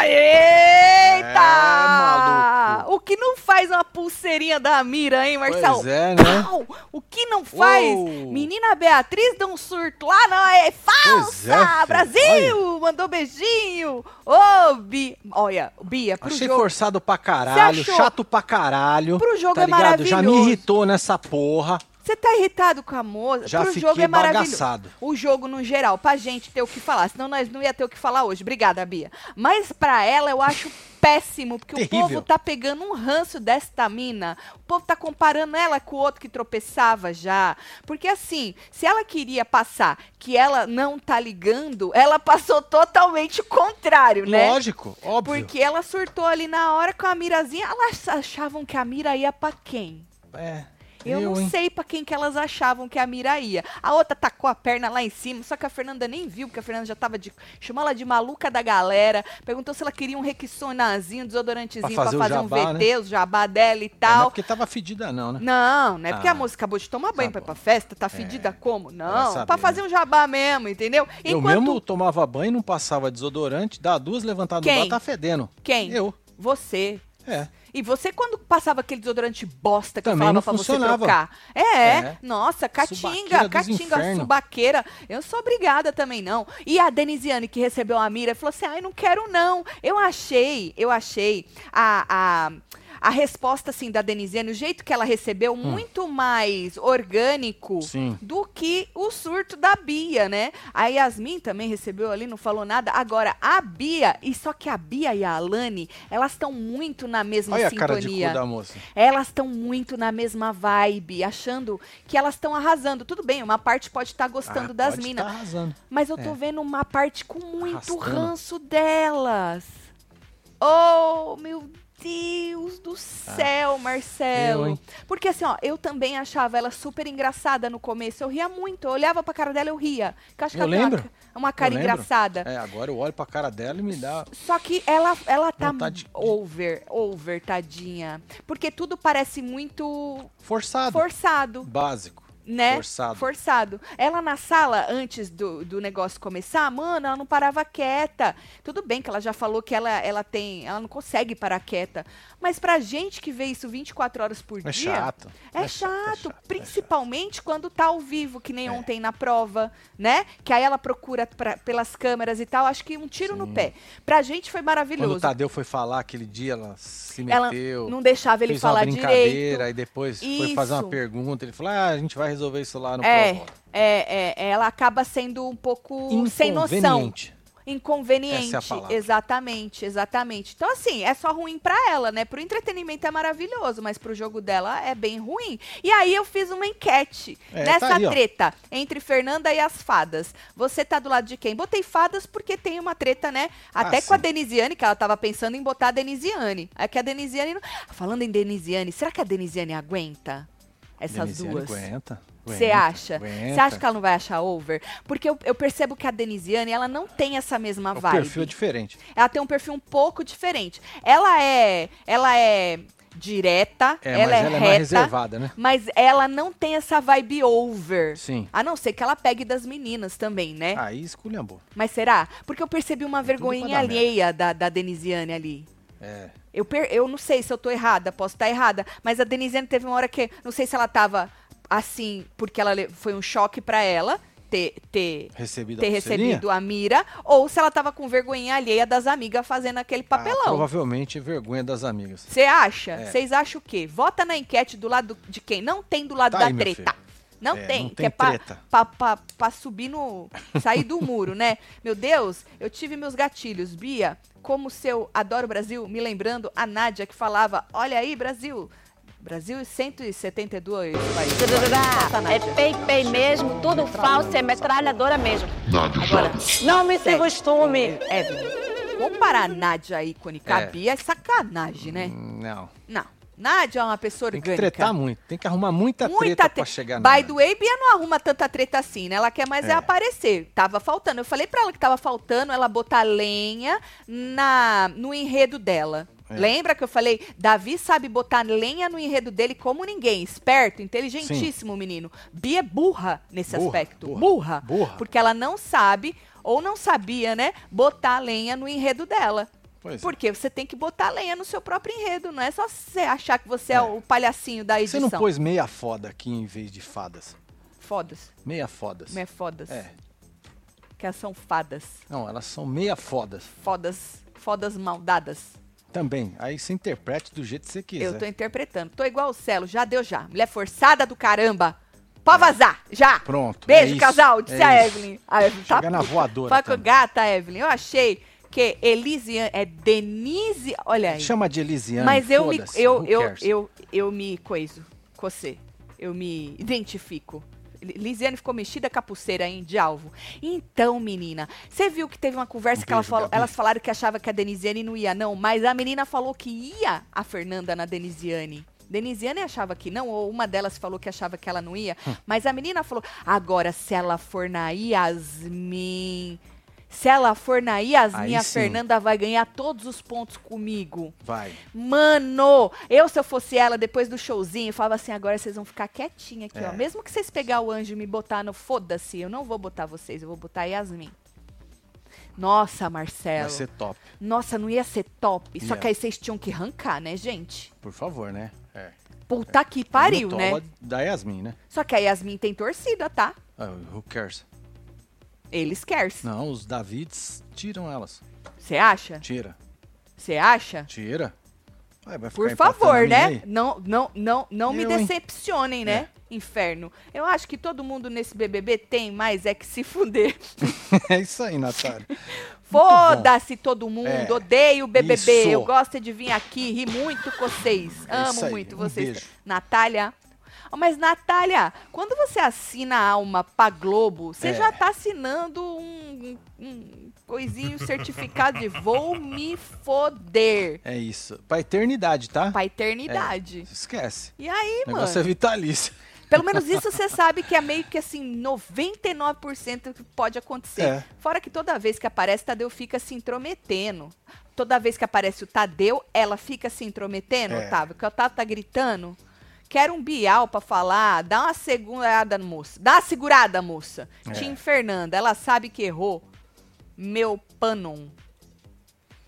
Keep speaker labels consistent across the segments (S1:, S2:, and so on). S1: É,
S2: carteirinha da mira, hein, Marcelo?
S1: Pois é, né?
S2: Pau! O que não faz?
S1: Uou!
S2: Menina Beatriz deu um surto lá, não, é
S1: Pois é,
S2: falsa!
S1: filho.
S2: Brasil! Mandou beijinho! Ô, Bi... Olha, Bia, pro
S1: Achei
S2: jogo...
S1: forçado pra caralho,
S2: Você achou?
S1: chato pra caralho.
S2: Pro jogo
S1: tá
S2: é
S1: ligado? Já me
S2: maravilhoso.
S1: irritou nessa porra.
S2: Você tá irritado com a moça?
S1: Já
S2: Pro
S1: fiquei
S2: jogo é maravilhoso.
S1: bagaçado.
S2: O jogo no geral, pra gente ter o que falar, senão nós não ia ter o que falar hoje. Obrigada, Bia. Mas pra ela eu acho péssimo, porque o
S1: Terrível.
S2: povo tá pegando um ranço desta mina. O povo tá comparando ela com o outro que tropeçava já. Porque assim, se ela queria passar que ela não tá ligando, ela passou totalmente o contrário, né?
S1: Lógico, óbvio.
S2: Porque ela surtou ali na hora com a mirazinha. Elas achavam que a mira ia pra quem?
S1: É,
S2: Eu, não
S1: hein?
S2: sei pra quem que elas achavam que a mira ia. A outra tacou a perna lá em cima, só que a Fernanda nem viu, porque a Fernanda já tava de. chamou ela de maluca da galera. Perguntou se ela queria um requissonazinho, um desodorantezinho
S1: Pra
S2: pra
S1: fazer
S2: fazer,
S1: o
S2: um
S1: jabá,
S2: VT, o jabá dela e
S1: Não é
S2: tal.
S1: porque tava fedida, não, né?
S2: Não, não é porque
S1: Ah,
S2: a moça acabou de tomar banho
S1: tá
S2: pra ir
S1: bom.
S2: pra
S1: É,
S2: festa, tá fedida como?
S1: vai
S2: Não,
S1: saber, né?
S2: pra fazer um jabá mesmo, entendeu?
S1: Eu mesmo tomava banho, não passava desodorante, dá duas levantadas
S2: Quem?
S1: do bar, tá fedendo.
S2: Quem?
S1: Eu.
S2: Você.
S1: É.
S2: E você, quando passava aquele desodorante bosta que
S1: Também
S2: falava
S1: não
S2: pra você
S1: funcionava.
S2: trocar? É,
S1: É.
S2: nossa,
S1: Subaqueira
S2: Caatinga,
S1: dos
S2: Caatinga,
S1: inferno.
S2: subaqueira. Eu não sou obrigada também, não. E a Denisiane, que recebeu a mira, falou assim, ai, não quero não. Eu achei, eu achei a... a a resposta, assim, da Denisiane, o jeito que ela
S1: Hum.
S2: recebeu, muito mais orgânico
S1: Sim.
S2: do que o surto da Bia, né? A Yasmin também recebeu ali, não falou nada. Agora, a Bia, e só que a Bia e a Alane, elas estão muito na mesma
S1: Olha a
S2: sintonia.
S1: cara de cu da moça.
S2: Elas estão muito na mesma vibe, achando que elas estão arrasando. Tudo bem, uma parte pode estar gostando
S1: Ah,
S2: das
S1: pode
S2: minas,
S1: Tá arrasando.
S2: mas eu tô
S1: É.
S2: vendo uma parte com muito
S1: Arrastando.
S2: ranço delas. Oh, meu Deus do céu, Marcelo.
S1: Ah. Eu, hein?
S2: Porque assim, ó, eu também achava ela super engraçada no começo. Eu ria muito. Eu olhava pra cara dela, eu ria. Porque eu acho que
S1: Eu
S2: ela tem uma
S1: lembro.
S2: ca- uma cara
S1: Eu lembro.
S2: engraçada.
S1: É, agora eu olho pra cara dela e me dá.
S2: Só que ela, ela tá
S1: Vontade de-
S2: over, over, tadinha. Porque tudo parece muito
S1: Forçado.
S2: forçado,
S1: Básico.
S2: né?
S1: Forçado.
S2: Forçado. Ela na sala, antes do, do negócio começar, mano, ela não parava quieta. Tudo bem que ela já falou que ela, ela tem. Ela não consegue parar quieta. Mas pra gente que vê isso 24 horas por
S1: É
S2: dia.
S1: chato.
S2: É
S1: é
S2: chato,
S1: é
S2: principalmente quando tá ao vivo, que nem
S1: É.
S2: ontem na prova, né? Que aí ela procura pra- pelas câmeras e tal. Acho que um tiro no
S1: Sim.
S2: pé. Pra gente foi
S1: Quando tá
S2: maravilhoso.
S1: o Tadeu foi falar aquele dia, ela se
S2: ela
S1: meteu.
S2: não deixava ele
S1: fez
S2: falar
S1: uma brincadeira
S2: direito.
S1: e depois foi fazer
S2: Isso.
S1: uma pergunta. Ele falou: Ah, a gente vai resolver isso lá no
S2: É,
S1: Provoca.
S2: é, é, ela acaba sendo um pouco sem noção.
S1: Inconveniente.
S2: Inconveniente.
S1: Essa é a palavra.
S2: Exatamente, exatamente. Então, assim, é só ruim pra ela, né? Pro entretenimento é maravilhoso, mas pro jogo dela é bem ruim. E aí eu fiz uma enquete
S1: É,
S2: nessa
S1: tá aí, ó.
S2: treta entre Fernanda e as fadas. Você tá do lado de quem? Botei fadas porque tem uma treta, né? Até
S1: Ah,
S2: com a
S1: sim.
S2: Denisiane, que ela tava pensando em botar a Denisiane. É que a Denisiane. não- Ah, Falando em Denisiane, será que a Denisiane aguenta essas
S1: Denisiane,
S2: duas?
S1: Aguenta.
S2: Você
S1: aguenta,
S2: acha? Você
S1: aguenta.
S2: acha que ela não vai achar over? Porque eu, eu percebo que a Denisiane, ela não tem essa mesma
S1: O
S2: vibe.
S1: perfil é diferente.
S2: Ela tem um perfil um pouco diferente. Ela é, ela é direta,
S1: É,
S2: ela,
S1: mas
S2: é
S1: ela é mais
S2: reta,
S1: reservada, né?
S2: mas ela não tem essa vibe over.
S1: Sim.
S2: A não ser que ela pegue das meninas também, né?
S1: Aí esculhambou.
S2: Mas será? Porque eu percebi uma
S1: Ah. É tudo pra
S2: vergonhinha
S1: dar merda.
S2: alheia da, da Denisiane ali.
S1: É.
S2: Eu, per- eu não sei se eu tô errada, posso estar errada, mas a Denisiane teve uma hora que. Não sei se ela tava assim, porque ela le- foi um choque pra ela ter, ter,
S1: Recebido
S2: ter
S1: a pulseirinha?
S2: recebido a mira, ou se ela tava com vergonha alheia das amigas fazendo aquele
S1: Ah,
S2: papelão.
S1: provavelmente vergonha das amigas.
S2: Você acha?
S1: É.
S2: Vocês acham o quê? Vota na enquete do lado de quem? Não tem do lado
S1: Tá
S2: da
S1: aí, meu
S2: treta.
S1: filho.
S2: Não
S1: É,
S2: tem,
S1: não
S2: que
S1: tem
S2: é pra,
S1: treta.
S2: pra, pra, pra subir no. sair do muro, né? Meu Deus, eu tive meus gatilhos. Bia, como seu Adoro Brasil, me lembrando a Nádia que falava: Olha aí, Brasil. Brasil e 172 países. Tá,
S3: É
S2: Nádia.
S3: pei-pei mesmo, tudo falso, é metralhadora mesmo.
S4: Nádia
S2: Agora,
S4: Chaves.
S3: Não me se
S2: Sério.
S3: costume.
S2: é, comparar a Nádia icônica a
S1: É.
S2: Bia é sacanagem, né?
S1: Hum, Não.
S2: Não. Nádia é uma pessoa
S1: Tem
S2: orgânica.
S1: que tretar muito. Tem que arrumar muita, treta, pra chegar na
S2: By
S1: Nádia.
S2: the way, Bia não arruma tanta treta assim, né? Ela quer mais é.
S1: É.
S2: aparecer. Tava faltando. Eu falei pra ela que tava faltando ela botar lenha na no enredo dela.
S1: É.
S2: Lembra que eu falei? Davi sabe botar lenha no enredo dele como ninguém. Esperto, inteligentíssimo menino. Bia é burra nesse
S1: Burra,
S2: aspecto.
S1: burra,
S2: Burra,
S1: burra.
S2: Porque ela não sabe, ou não sabia, né? Botar lenha no enredo dela.
S1: Pois é.
S2: Porque você tem que botar lenha no seu próprio enredo, não é só você achar que você é,
S1: É.
S2: o palhacinho da
S1: Você
S2: edição.
S1: não pôs meia foda aqui em vez de fadas.
S2: Fodas.
S1: Meia fodas.
S2: Não é fodas.
S1: É.
S2: Que elas são fadas.
S1: Não, elas são meia fodas.
S2: Fodas. Fodas maldadas.
S1: Também. Aí você interprete do jeito que você quiser.
S2: Eu tô interpretando. Tô igual o Celo, já deu já. Mulher forçada do caramba. Pode vazar, já.
S1: É. Pronto, é
S2: Beijo,
S1: isso,
S2: casal, disse
S1: é
S2: a
S1: isso.
S2: Evelyn. A Evelyn tá
S1: Chega na
S2: puta.
S1: voadora
S2: Fala com
S1: também.
S2: gata, Evelyn. Eu achei que Elisiane... É Denise... Olha aí.
S1: Chama de Elisiane.
S2: Mas eu me,
S1: foda-se,
S2: eu,
S1: who
S2: eu,
S1: cares?
S2: eu, eu me coiso com você. Eu me identifico. Li- Lisiane ficou mexida com a pulseira, hein, de alvo. Então, menina, você viu que teve uma conversa
S1: Um
S2: que ela
S1: beijo,
S2: falou-
S1: Gabi.
S2: elas falaram que achava que a Denisiane não ia, não, mas a menina falou que ia a Fernanda na Denisiane. Denisiane achava que não, ou uma delas falou que achava que ela não ia,
S1: Hum.
S2: mas a menina falou, agora, se ela for na Yasmin, se ela for na Yasmin,
S1: Aí
S2: a
S1: sim.
S2: Fernanda vai ganhar todos os pontos comigo.
S1: Vai.
S2: Mano, eu se eu fosse ela depois do showzinho, eu falava assim: agora vocês vão ficar quietinha aqui,
S1: É.
S2: ó. Mesmo que vocês pegar o anjo e me botar no foda-se, eu não vou botar vocês, eu vou botar Yasmin. Nossa, Marcelo.
S1: Vai ser top.
S2: Nossa, não ia ser top. Só
S1: Ia.
S2: que aí vocês tinham que arrancar, né, gente?
S1: Por favor, né? É.
S2: Puta que pariu,
S1: Muito
S2: né?
S1: aula Da Yasmin, né?
S2: Só que a Yasmin tem torcida, tá?
S1: Ah, who cares?
S2: Eles querem.
S1: Não, os Davids tiram elas.
S2: Você acha?
S1: Tira.
S2: Você acha?
S1: Tira. Ué, vai ficar
S2: Por
S1: empatando
S2: favor,
S1: a mina
S2: né?
S1: aí?
S2: Não, não, não, não me
S1: Eu, hein? É.
S2: decepcionem, né? Inferno. Eu acho que todo mundo nesse BBB tem mais é que se fuder.
S1: É isso aí, Natália.
S2: Foda-se todo mundo.
S1: É.
S2: Odeio o BBB.
S1: Isso.
S2: Eu gosto é de vir aqui rir muito com vocês.
S1: É isso
S2: Amo
S1: aí.
S2: muito
S1: Um
S2: vocês.
S1: beijo.
S2: Natália. Ah, Mas, Natália, quando você assina a alma pra Globo, você
S1: É.
S2: já tá assinando um, um- um coisinho certificado de vou me foder.
S1: É isso. Pra eternidade, tá?
S2: Pra eternidade.
S1: Esquece.
S2: E aí,
S1: O
S2: mano?
S1: negócio é vitalício.
S2: Pelo menos isso você sabe que é meio que assim, 99% que pode acontecer.
S1: É.
S2: Fora que toda vez que aparece, Tadeu fica se intrometendo. Toda vez que aparece o Tadeu, ela fica se intrometendo,
S1: É.
S2: Otávio. Que o Otávio tá gritando. Quero um bial pra falar. Dá uma segurada, moça. Dá uma segurada, moça.
S1: É.
S2: Tim Fernanda, ela sabe que errou. Meu panon.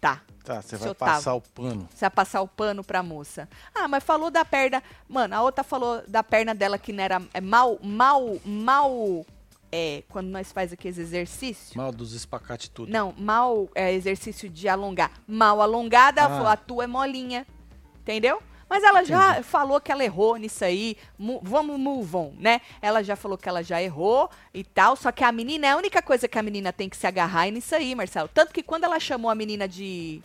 S2: Tá.
S1: Tá, você
S2: Seu
S1: vai
S2: Otávio.
S1: passar o pano.
S2: Você vai passar o pano pra moça. Ah, mas falou da perna. Mano, a outra falou da perna dela que não era. É mal, mal, mal. É, quando nós faz aqueles exercícios.
S1: Mal dos espacate tudo.
S2: Não, mal é exercício de alongar. Mal alongada, ela
S1: Ah.
S2: falou, a tua é molinha. Entendeu? Mas ela já falou que ela errou nisso aí. Mu- vamos move on, né? Ela já falou que ela já errou e tal. Só que a menina, é a única coisa que a menina tem que se agarrar é nisso aí, Marcelo. Tanto que quando ela chamou a menina de.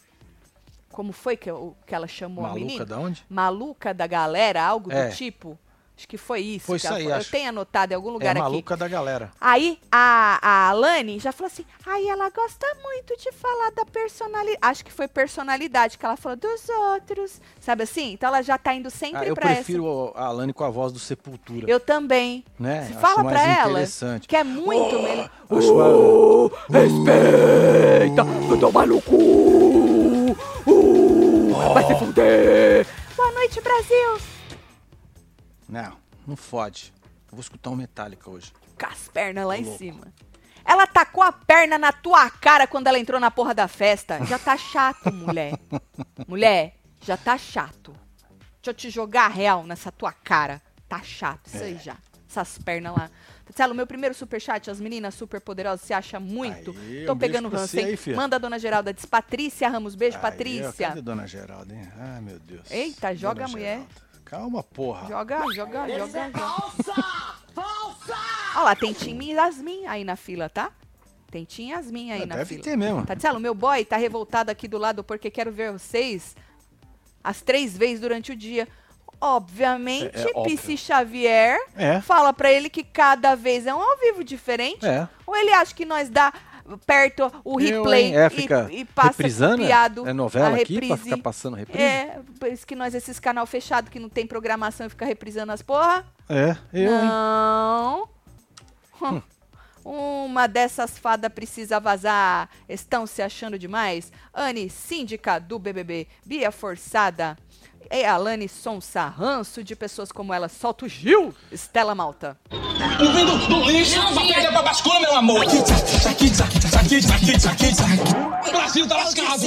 S2: Como foi que, eu- que ela chamou a menina?
S1: Maluca da onde?
S2: Maluca da galera, algo
S1: É.
S2: do tipo. Acho que foi isso.
S1: Foi
S2: que
S1: isso
S2: ela
S1: aí,
S2: falou. Eu
S1: acho.
S2: tenho anotado em algum
S1: É
S2: lugar aqui.
S1: maluca da galera.
S2: Aí a, a Alane já falou assim: aí ela gosta muito de falar da personalidade. Acho que foi personalidade que ela falou dos outros. Sabe assim? Então ela já tá indo
S1: Ah,
S2: sempre
S1: eu
S2: pra essa.
S1: prefiro a Alane com a voz do Sepultura.
S2: Eu também.
S1: Né?
S2: Se
S1: Acho
S2: fala
S1: mais
S2: pra ela
S1: interessante. Oh!
S2: que é muito melhor.
S1: Acho mais-
S4: Respeita, toma no cu. Uh, vai se fuder.
S2: Boa noite, Brasil!
S1: Não, não fode. Eu vou escutar um Metallica hoje.
S2: Com as pernas lá em
S1: Louco.
S2: cima. Ela tacou a perna na tua cara quando ela entrou na porra da festa. Já tá chato, mulher. mulher, já tá chato. Deixa eu te jogar a real nessa tua cara. Tá chato isso
S1: É.
S2: aí já. Essas pernas lá. Marcelo, meu primeiro superchat, as meninas super poderosas se acham muito.
S1: Aí,
S2: Tô
S1: um beijo
S2: pegando o
S1: pra
S2: ranço,
S1: você aí,
S2: hein?
S1: filha.
S2: Manda a dona Geralda, diz Patrícia Ramos. Beijo,
S1: Aí, ó,
S2: Patrícia.
S1: cadê Dona Geralda, hein? Ah, meu Deus.
S2: Eita,
S1: Dona
S2: joga a mulher.
S1: Geralda. Calma, porra.
S2: Joga, joga, joga, joga. Olha lá, tem Tim e Yasmin aí na fila, tá? Tem Tim e Yasmin aí
S1: Ah,
S2: na
S1: Deve
S2: fila.
S1: ter mesmo.
S2: Tatielo, meu boy tá revoltado aqui do lado porque quero ver vocês as três vezes durante o dia. Obviamente,
S1: É, é óbvio.
S2: Pisse Xavier
S1: É.
S2: fala pra ele que cada vez é um ao vivo diferente.
S1: É.
S2: Ou ele acha que nós dá perto o
S1: Eu,
S2: replay
S1: hein? É, fica
S2: e, e passa
S1: reprisando, é?
S2: piado
S1: É novela
S2: a
S1: aqui pra
S2: reprise.
S1: ficar passando reprise?
S2: É, por isso que nós, esses canal fechado que não tem programação e fica reprisando as porra.
S1: É, eu, hein?
S2: Não. Hum. Uma dessas fadas precisa vazar. Estão se achando demais? Anne, síndica do BBB. Bia Forçada. E Alane Sonsa. Ranço de pessoas como ela. Solta o Gil. Estela Malta.
S5: Um vindo do lixo, só pega pra bascula, meu amor. O Brasil tá lascado.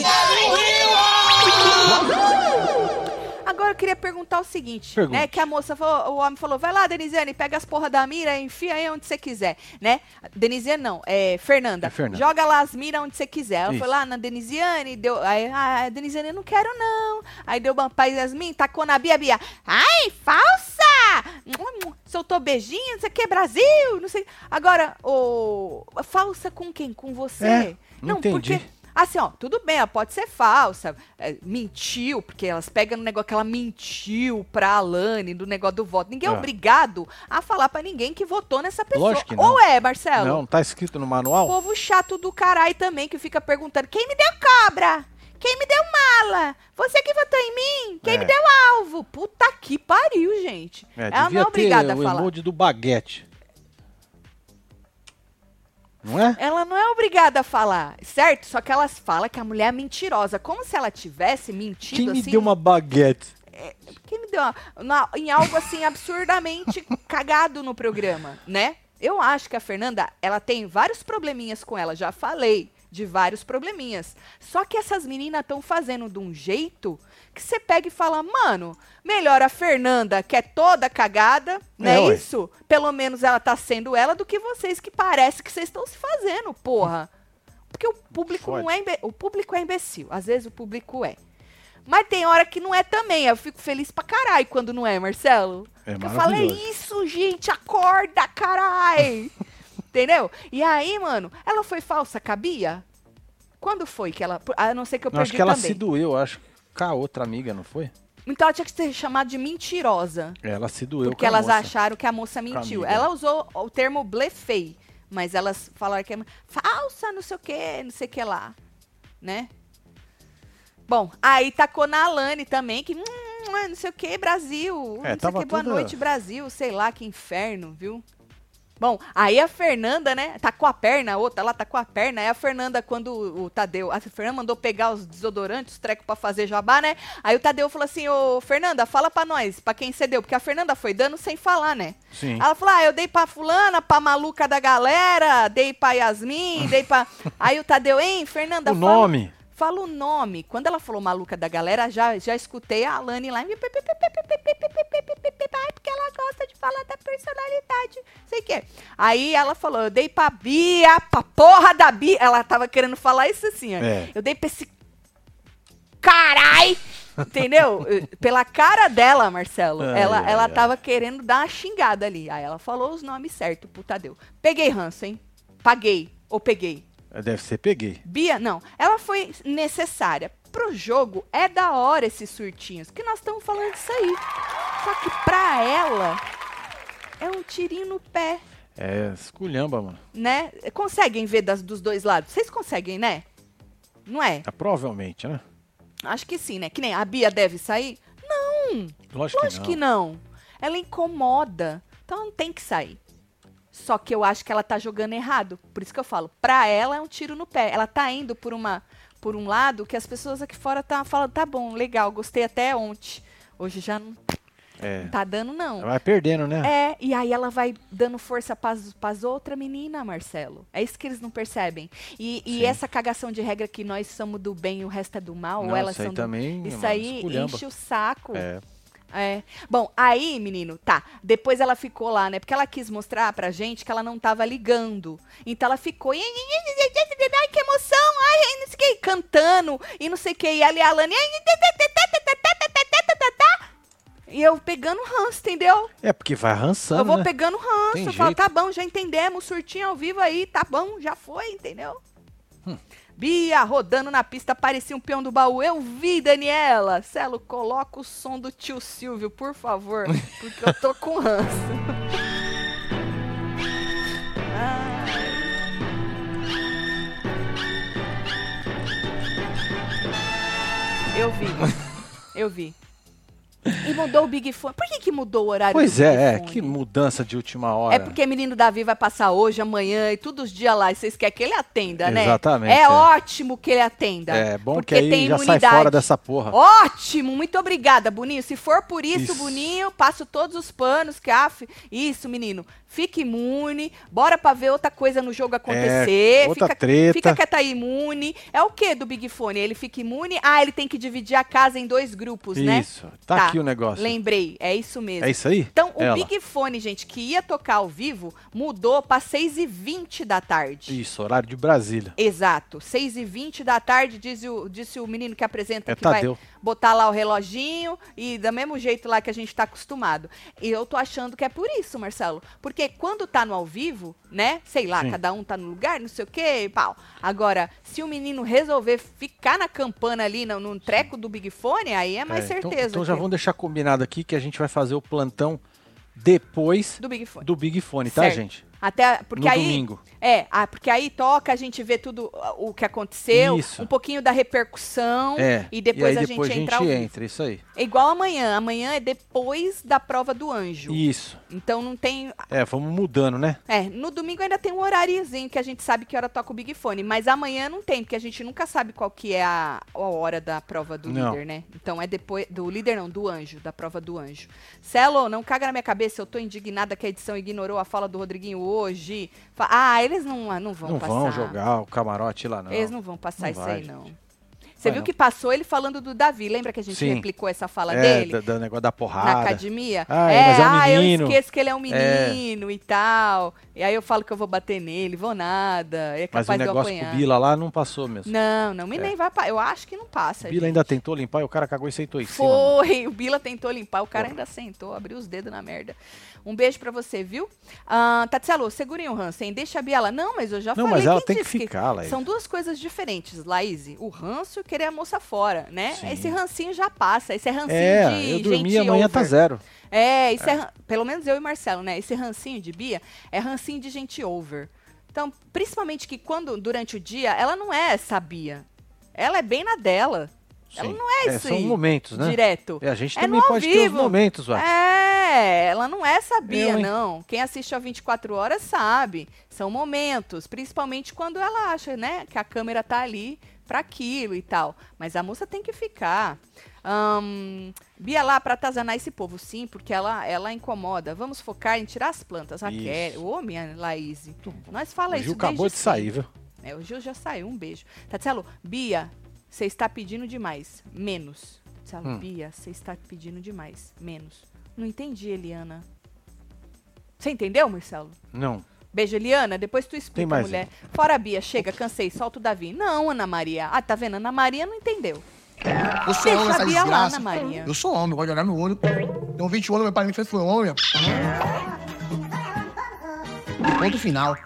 S2: Agora eu queria perguntar o seguinte,
S1: Pergunta.
S2: né? Que a moça falou, o homem falou, vai lá, Denisiane, pega as porra da mira, e enfia aí onde você quiser, né? Denisiane não, é Fernanda.
S1: É Fernanda.
S2: Joga lá as miras onde você quiser. Ela
S1: Isso.
S2: foi lá na Denisiane, deu, aí, ah, Denisiane, eu não quero não. Aí deu uma pra Yasmin, tacou na Bia, Bia, ai, falsa! Hum, hum, Soltou beijinho, não sei o que, Brasil, não sei. Agora, o falsa com quem? Com você?
S1: É, não
S2: porque...
S1: entendi.
S2: Assim, ó, tudo bem, ela pode ser falsa, é, mentiu, porque elas pegam no negócio que ela mentiu pra Alane, do negócio do voto. Ninguém é,
S1: É.
S2: obrigado a falar pra ninguém que votou nessa pessoa.
S1: Lógico que não.
S2: Ou é, Marcelo?
S1: Não, tá escrito no manual?
S2: Povo chato do caralho também, que fica perguntando, quem me deu cobra? Quem me deu mala? Você que votou em mim? Quem
S1: É.
S2: me deu alvo? Puta que pariu, gente.
S1: É,
S2: ela não
S1: devia
S2: é obrigada
S1: ter
S2: a
S1: o
S2: falar.
S1: emoji do baguete. Não é?
S2: Ela não é obrigada a falar, certo? Só que elas falam que a mulher é mentirosa. Como se ela tivesse mentido
S1: Quem me
S2: assim.
S1: deu uma baguete?
S2: Quem me deu uma- na- em algo assim absurdamente cagado no programa, né? Eu acho que a Fernanda, ela tem vários probleminhas com ela, já falei de vários probleminhas. Só que essas meninas estão fazendo de um jeito que você pega e fala, mano, melhor a Fernanda, que é toda cagada, não é,
S1: É, ué.
S2: isso? Pelo menos ela tá sendo ela do que vocês que parece que vocês estão se fazendo, porra. Porque o público
S1: Fode.
S2: não é imbe- o público é imbecil, às vezes o público é. Mas tem hora que não é também. Eu fico feliz pra caralho quando não é, Marcelo.
S1: É
S2: Porque eu falo, é
S1: maravilhoso.
S2: isso, gente, acorda, caralho. Entendeu? E aí, mano, ela foi falsa, cabia? Quando foi que ela. A não ser que eu
S1: Não,
S2: perdi
S1: acho que ela
S2: também.
S1: se doeu, acho. Com a outra amiga, não foi? É,
S2: Então ela tinha que ser chamada de mentirosa.
S1: Ela se doeu
S2: porque
S1: com a
S2: elas
S1: moça.
S2: acharam que a moça mentiu.
S1: amiga.
S2: Ela usou o termo blefei, mas elas falaram que é falsa, não sei o que, não sei o que lá, né? Bom, aí tacou na Alane também, que hum, não sei o que, Brasil, não
S1: É,
S2: sei o
S1: tava
S2: que, boa
S1: toda-
S2: noite, Brasil, sei lá, que inferno, viu? Bom, aí a Fernanda, né, tacou a perna, a outra lá tacou a perna, aí a Fernanda, quando o, o Tadeu, a Fernanda mandou pegar os desodorantes, os trecos pra fazer jabá, né, aí o Tadeu falou assim, ô Fernanda, fala pra nós, pra quem você deu, porque a Fernanda foi dando sem falar, né.
S1: Sim.
S2: Ela falou, ah, eu dei pra fulana, pra maluca da galera, dei pra Yasmin, dei pra... aí o Tadeu, hein, Fernanda,
S1: O
S2: fala-
S1: nome.
S2: Fala o nome. Quando ela falou maluca da galera, já, já escutei a Alane lá. Ai, porque ela gosta de falar da personalidade. Sei o quê. Aí ela falou: eu dei pra Bia, pra porra da Bia. Ela tava querendo falar isso assim, ó.
S1: É.
S2: Eu dei pra esse. Carai! Entendeu? Eh, Pela cara dela, Marcelo,
S1: Ai,
S2: ela,
S1: ai,
S2: ela
S1: ai.
S2: tava querendo dar uma xingada ali. Aí ela falou os nomes certos, puta deu. Peguei ranço, hein? Paguei. Ou peguei.
S1: Deve ser peguei.
S2: Bia, não. Ela foi necessária. Pro jogo é da hora esses surtinhos, que nós estamos falando disso aí. Só que pra ela é um tirinho no pé,
S1: É, esculhamba, mano.
S2: né? Conseguem ver das- dos dois lados? Vocês conseguem, né? Não é?
S1: É, provavelmente, né?
S2: Acho que sim, né? Que nem a Bia deve sair? Não!
S1: Lógico,
S2: Lógico
S1: que
S2: que
S1: não.
S2: não. Ela incomoda. Então ela não tem que sair. Só que eu acho que ela tá jogando errado. Por isso que eu falo, pra ela é um tiro no pé. Ela tá indo por uma por um lado que as pessoas aqui fora tá falando, tá bom, legal, gostei até ontem. Hoje já não
S1: É.
S2: tá dando não.
S1: Vai perdendo, né?
S2: É, e aí ela vai dando força pras, pras outras meninas, Marcelo. É isso que eles não percebem. E, e
S1: Sim.
S2: essa cagação de regra que nós somos do bem e o resto é do mal, ou
S1: Não,
S2: elas
S1: isso aí
S2: são do...
S1: também,
S2: Isso
S1: mano,
S2: aí
S1: esculhamba.
S2: enche o saco.
S1: É.
S2: É. Bom, aí, menino, tá. Depois ela ficou lá, né? Porque ela quis mostrar pra gente que ela não tava ligando. Então ela ficou. Ai, que emoção! Ai, não sei o que, cantando e não sei o que. E ali a Alane. E eu pegando ranço, entendeu?
S1: É, porque vai rançando,
S2: Eu vou
S1: né?
S2: pegando ranço,
S1: Tem
S2: eu falo,
S1: jeito.
S2: tá bom, já entendemos, surtinho ao vivo aí, tá bom, já foi, entendeu?
S1: Hum.
S2: Bia rodando na pista, parecia um peão do baú. Eu vi, Daniela. Celo, coloca o som do tio Silvio, por favor, porque eu tô com ranço. Ai. Eu vi. Eu vi. E mudou o Big Fone. Por que, que mudou o horário
S1: Pois
S2: do Big
S1: é, é,
S2: Fone?
S1: que mudança de última hora.
S2: É porque Menino Davi vai passar hoje, amanhã e todos os dias lá. E vocês querem que ele atenda, né?
S1: Exatamente,
S2: É,
S1: é.
S2: ótimo que ele atenda.
S1: É, bom
S2: porque
S1: que aí
S2: tem
S1: já sai
S2: imunidade.
S1: fora dessa porra.
S2: Ótimo, muito obrigada, Boninho. Se for por isso,
S1: Isso.
S2: Boninho, passo todos os panos, que af... Isso, menino. Fique imune. Bora pra ver outra coisa no jogo acontecer.
S1: É, outra
S2: fica,
S1: treta.
S2: Fica quieta aí, imune. É o que do Big Fone? Ele fica imune? Ah, ele tem que dividir a casa em dois grupos, né?
S1: Isso, tá, aqui o negócio.
S2: Lembrei, é isso mesmo.
S1: É isso aí?
S2: Então, o
S1: Ela.
S2: Big Fone, gente, que ia tocar ao vivo, mudou pra 6h20 da tarde.
S1: Isso, horário de Brasília.
S2: Exato. 6h20 da tarde, diz o, disse o menino que apresenta
S1: É
S2: que
S1: Tadeu.
S2: vai botar lá o reloginho e do mesmo jeito lá que a gente tá acostumado. E eu tô achando que é por isso, Marcelo. Porque quando tá no ao vivo, né? Sei lá,
S1: Sim.
S2: cada um tá no lugar, não sei o quê, pau. Agora, se o menino resolver ficar na campana ali, no, no treco do Big Fone, aí é mais
S1: É,
S2: certeza.
S1: Então, então já
S2: que-
S1: vamos deixar combinado aqui que a gente vai fazer o plantão depois
S2: Do Big Fone.
S1: do Big Fone, tá,
S2: Certo.
S1: gente?
S2: Até porque
S1: no
S2: aí
S1: domingo.
S2: é, ah, porque aí toca, a gente vê tudo ah, o que aconteceu,
S1: Isso.
S2: um pouquinho da repercussão
S1: É.
S2: um e depois
S1: aí
S2: a
S1: depois
S2: gente
S1: a
S2: entra ao
S1: gente
S2: vivo.
S1: entra, isso aí.
S2: É igual amanhã, amanhã é depois da prova do anjo.
S1: Isso.
S2: Então não tem,
S1: É, vamos mudando, né?
S2: é, no domingo ainda tem um horáriozinho que a gente sabe que hora toca o Big Fone, mas amanhã não tem, porque a gente nunca sabe qual que é a, a hora da prova do
S1: Não.
S2: líder, né? Então é depois do líder não, do anjo, da prova do anjo. Celo, não caga na minha cabeça, eu tô indignada que a edição ignorou a fala do Rodriguinho hoje. Fa- ah, eles não, não vão
S1: não
S2: passar.
S1: vão jogar o camarote lá, não.
S2: Eles não vão passar
S1: Não
S2: isso
S1: vai,
S2: aí
S1: gente.
S2: não. Você
S1: Vai
S2: viu
S1: não.
S2: que passou ele falando do Davi, lembra que a gente
S1: Sim.
S2: replicou essa fala
S1: é,
S2: dele?
S1: Da, da negócio da
S2: na
S1: porrada.
S2: academia.
S1: Ai,
S2: é,
S1: mas é um
S2: ah, eu
S1: menino.
S2: esqueço que ele é um
S1: É.
S2: menino e tal. E aí eu falo que eu vou bater nele, vou nada. É
S1: Mas
S2: capaz
S1: o
S2: de eu
S1: negócio
S2: apanhar.
S1: pro Bila lá não passou mesmo.
S2: Não, não, e nem vai pa- Eu acho que não passa.
S1: o Bila
S2: gente.
S1: ainda tentou limpar e o cara cagou e sentou em cima. mano.
S2: Foi, o Bila tentou limpar, o cara ainda sentou, abriu os dedos na merda. Um beijo pra você, viu? Ah, Tatselo, segurem o Hansen, deixa a Biela. Não, mas eu já
S1: Não,
S2: falei
S1: mas ela
S2: quem
S1: tem que
S2: disse
S1: ficar, Laís.
S2: São duas coisas diferentes, Laís. O ranço e querer a moça fora, né?
S1: Sim.
S2: Esse rancinho já passa, esse é rancinho de
S1: É, eu dormi
S2: gente
S1: e amanhã tá
S2: over.
S1: zero.
S2: É, isso é. ran- Pelo menos eu e Marcelo, né? Esse rancinho de Bia é rancinho de gente over. Então, principalmente que quando, durante o dia, ela não é essa Bia. Ela é bem na dela. Ela
S1: Sim.
S2: não é isso
S1: São
S2: aí,
S1: momentos, né?
S2: Direto.
S1: É, a gente
S2: É
S1: também
S2: no ao
S1: pode ter os
S2: vivo.
S1: momentos, ué.
S2: É, ela não é essa Bia,
S1: Eu, hein?
S2: não. Quem assiste a 24 horas sabe. São momentos, principalmente quando ela acha, né, que a câmera tá ali pra aquilo e tal. Mas a moça tem que ficar. Ahn, Bia lá pra atazanar "Ah, esse povo, sim, porque ela, ela incomoda. Vamos focar em tirar as plantas, Raquel.
S1: Isso.
S2: Ô, minha É, Laís.
S1: Muito
S2: Nós fala
S1: o
S2: isso
S1: Gil acabou de
S2: desde sempre.
S1: sair, viu?
S2: É, o Gil já saiu, um beijo. Tatselo, Bia, você está pedindo demais, menos. Tatselo,
S1: Hum.
S2: Bia, você está pedindo demais, menos. Não entendi, Eliana. Você entendeu, Marcelo?
S1: Não.
S2: Beijo, Eliana. Depois tu explica,
S1: Tem mais um.
S2: mulher. Fora Bia, chega, cansei, solta o Davi. Não, Ana Maria. Ah, tá vendo? Ana Maria não entendeu.
S6: Eu sou homem,
S2: Deixa a
S6: essa
S2: Bia lá,
S6: desgraça.
S2: Ana Maria.
S6: Eu sou homem, gosto de olhar no olho. Tenho 20 anos, meu pai me fez foi homem. Ponto final.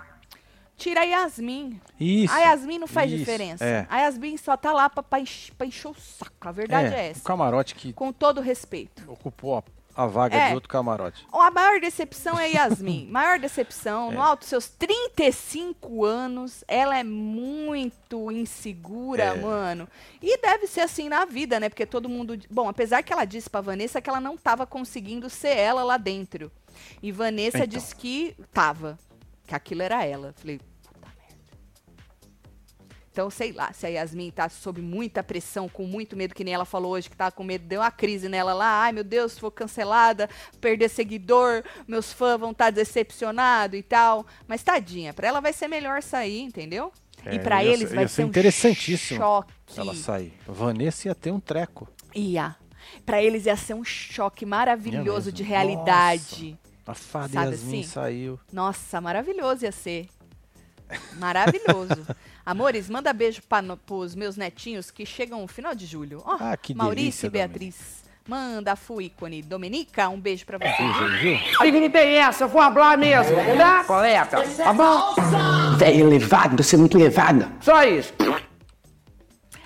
S2: Tira a Yasmin.
S1: Isso.
S2: A Yasmin não faz
S1: isso,
S2: diferença.
S1: é.
S2: A Yasmin só tá lá pra, pra enche- pra encher o saco. A verdade é,
S1: O
S2: essa.
S1: camarote que
S2: Com todo respeito.
S1: ocupou a, a vaga
S2: É.
S1: de outro camarote.
S2: Ó, A maior decepção é Yasmin. maior
S1: É.
S2: decepção. No alto dos seus 35 anos, ela é muito insegura,
S1: É.
S2: mano. E deve ser assim na vida, né? Porque todo mundo. Bom, apesar que ela disse pra Vanessa que ela não tava conseguindo ser ela lá dentro. E Vanessa
S1: Então.
S2: disse que tava. Que aquilo era ela. Falei, tá. puta merda. Então, sei lá, se a Yasmin tá sob muita pressão, com muito medo, que nem ela falou hoje, que tava com medo, deu uma crise nela lá. Ai, meu Deus, vou cancelada, perder seguidor, meus fãs vão estar decepcionados e tal. Mas tadinha, pra ela vai ser melhor sair, entendeu? e
S1: É,
S2: pra
S1: ia
S2: eles
S1: ser-
S2: vai
S1: ia
S2: ser,
S1: ser
S2: um
S1: interessantíssimo
S2: choque.
S1: Ela sair. Vanessa ia ter um treco.
S2: Ia. Pra eles ia ser um choque maravilhoso
S1: É mesmo.
S2: de realidade.
S1: A fada
S2: Sabe
S1: Yasmin
S2: assim?
S1: saiu.
S2: Nossa, maravilhoso ia ser. Maravilhoso. Amores, manda beijo para os meus netinhos que chegam no final de julho. Ó,
S1: Ah, que
S2: Maurício
S1: delícia,
S2: e Beatriz. Manda, fui, ícone. Domenica, um beijo pra você.
S1: Viu, viu?
S7: Adivinha tem é essa, eu vou falar mesmo, tá? Colega, tá bom?
S4: Velho elevado, você é muito elevado.
S7: Só isso.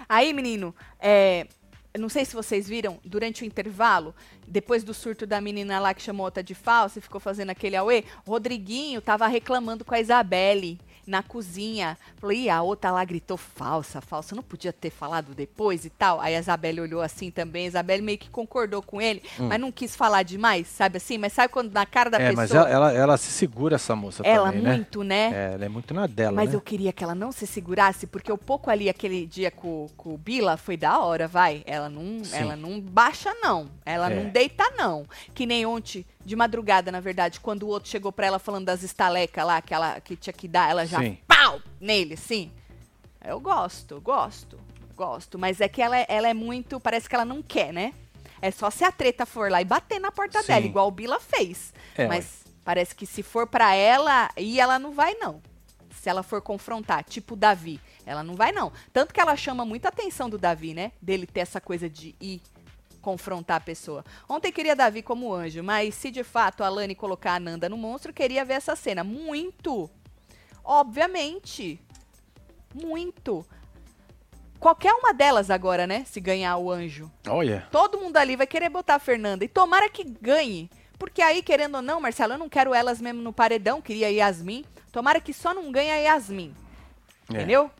S2: Aí, menino, é, eu não sei se vocês viram, durante o intervalo, depois do surto da menina lá que chamou outra de falsa e ficou fazendo aquele auê, Rodriguinho tava reclamando com a Isabelle. na cozinha. Falei, e a outra lá gritou falsa, falsa, não podia ter falado depois e tal. Aí a Isabelle olhou assim também, a Isabelle meio que concordou com ele, mas não quis falar demais, sabe assim? Mas sabe quando na cara da
S1: Hum. É,
S2: pessoa.
S1: mas ela, ela, ela se segura, essa moça
S2: Ela
S1: também,
S2: muito, né?
S1: É, ela é muito na dela,
S2: Mas
S1: né?
S2: eu queria que ela não se segurasse, porque o pouco ali, aquele dia com, com o Bila, foi da hora, vai. Ela não,
S1: Sim.
S2: ela não baixa, não. Ela
S1: É.
S2: não deita, não. Que nem ontem, de madrugada, na verdade, quando o outro chegou pra ela falando das estalecas lá, que, ela, que tinha que dar, ela já
S1: Sim.
S2: pau nele, sim. Eu gosto, gosto, gosto. Mas é que ela, é- ela é muito, parece que ela não quer, né? É só se a treta for lá e bater na porta
S1: Sim.
S2: dela, igual o Bila fez.
S1: É,
S2: Mas parece que se for pra ela, e ela não vai, não. Se ela for confrontar, tipo o Davi, ela não vai, não. Tanto que ela chama muita atenção do Davi, né? Dele ter essa coisa de ir confrontar a pessoa. Ontem queria Davi como anjo, mas se de fato a Lani colocar a Nanda no monstro, queria ver essa cena. Muito! Obviamente! Muito! Qualquer uma delas agora, né? Se ganhar o anjo.
S1: Olha,
S2: Todo mundo ali vai querer botar a Fernanda. E tomara que ganhe. Porque aí, querendo ou não, Marcelo, eu não quero elas mesmo no paredão, queria a Yasmin. Tomara que só não ganhe a Yasmin.
S1: É.
S2: Entendeu?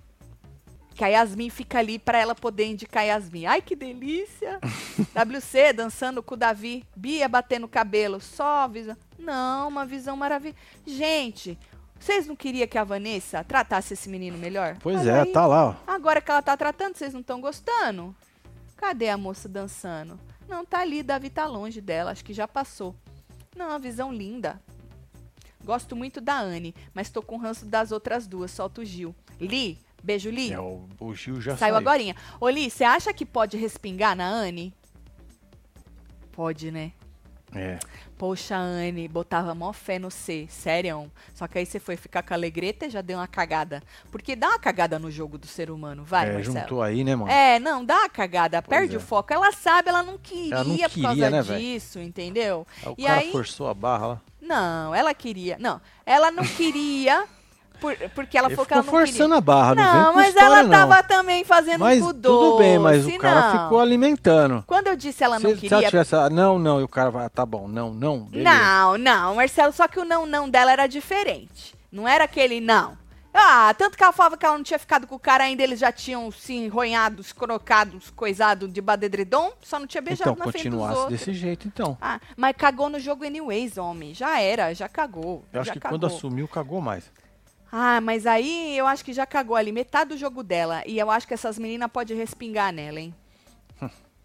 S2: Que a Yasmin fica ali pra ela poder indicar a Yasmin. Ai, que delícia! WC dançando com o Davi, Bia batendo o cabelo, só visão. Não, uma visão maravilhosa. Gente, vocês não queriam que a Vanessa tratasse esse menino melhor?
S1: pois
S2: Olha
S1: é,
S2: aí.
S1: tá lá, ó.
S2: Agora que ela tá tratando, vocês não estão gostando? Cadê a moça dançando? Não, tá ali, Davi tá longe dela, acho que já passou. Não, a visão linda. Gosto muito da Anne, mas tô com ranço das outras duas, solta o Gil. Li, beijo Li.
S1: É, o, o Gil já
S2: saiu
S1: saiu.
S2: agorinha. Ô Li, você acha que pode respingar na Anne? Pode, né?
S1: É.
S2: Poxa, Anne, botava mó fé no C, sério. Só que aí você foi ficar com a Alegreta e já deu uma cagada. Porque dá uma cagada no jogo do ser humano, vai,
S1: é,
S2: Marcelo.
S1: juntou aí, né, mano?
S2: É, não, dá uma cagada,
S1: Pois
S2: perde
S1: é.
S2: o foco. Ela sabe, ela não queria,
S1: Ela não
S2: por causa
S1: queria, né, véi?
S2: disso, entendeu?
S1: Aí o
S2: e
S1: cara
S2: aí-
S1: forçou a barra lá.
S2: Não, ela queria. Não, ela não queria, por- porque ela
S1: Ele
S2: falou que
S1: ficou
S2: ela não queria.
S1: forçando a barra, não, vem
S2: não,
S1: com
S2: mas
S1: história,
S2: ela
S1: não.
S2: tava também fazendo
S1: Mas
S2: com o
S1: tudo bem, mas
S2: doce,
S1: o cara
S2: não.
S1: ficou alimentando.
S2: Quando eu disse ela
S1: se,
S2: não
S1: ele- se ela
S2: queria.
S1: tivesse, ah, não, não, e o cara vai, ah, tá bom, não, não, beleza.
S2: Não, não, Marcelo, só que o não, não dela era diferente. Não era aquele não. Ah, tanto que ela falava que ela não tinha ficado com o cara ainda, eles já tinham se enronhado, se colocado, se coisado de badedredom, só não tinha beijado
S1: então,
S2: na frente dos outros.
S1: continuasse desse jeito, então.
S2: Ah, mas cagou no jogo anyways, homem. Já era, já cagou.
S1: Eu acho
S2: já
S1: que
S2: cagou.
S1: quando assumiu, cagou mais.
S2: Ah, mas aí eu acho que já cagou ali metade do jogo dela. E eu acho que essas meninas podem respingar nela, hein?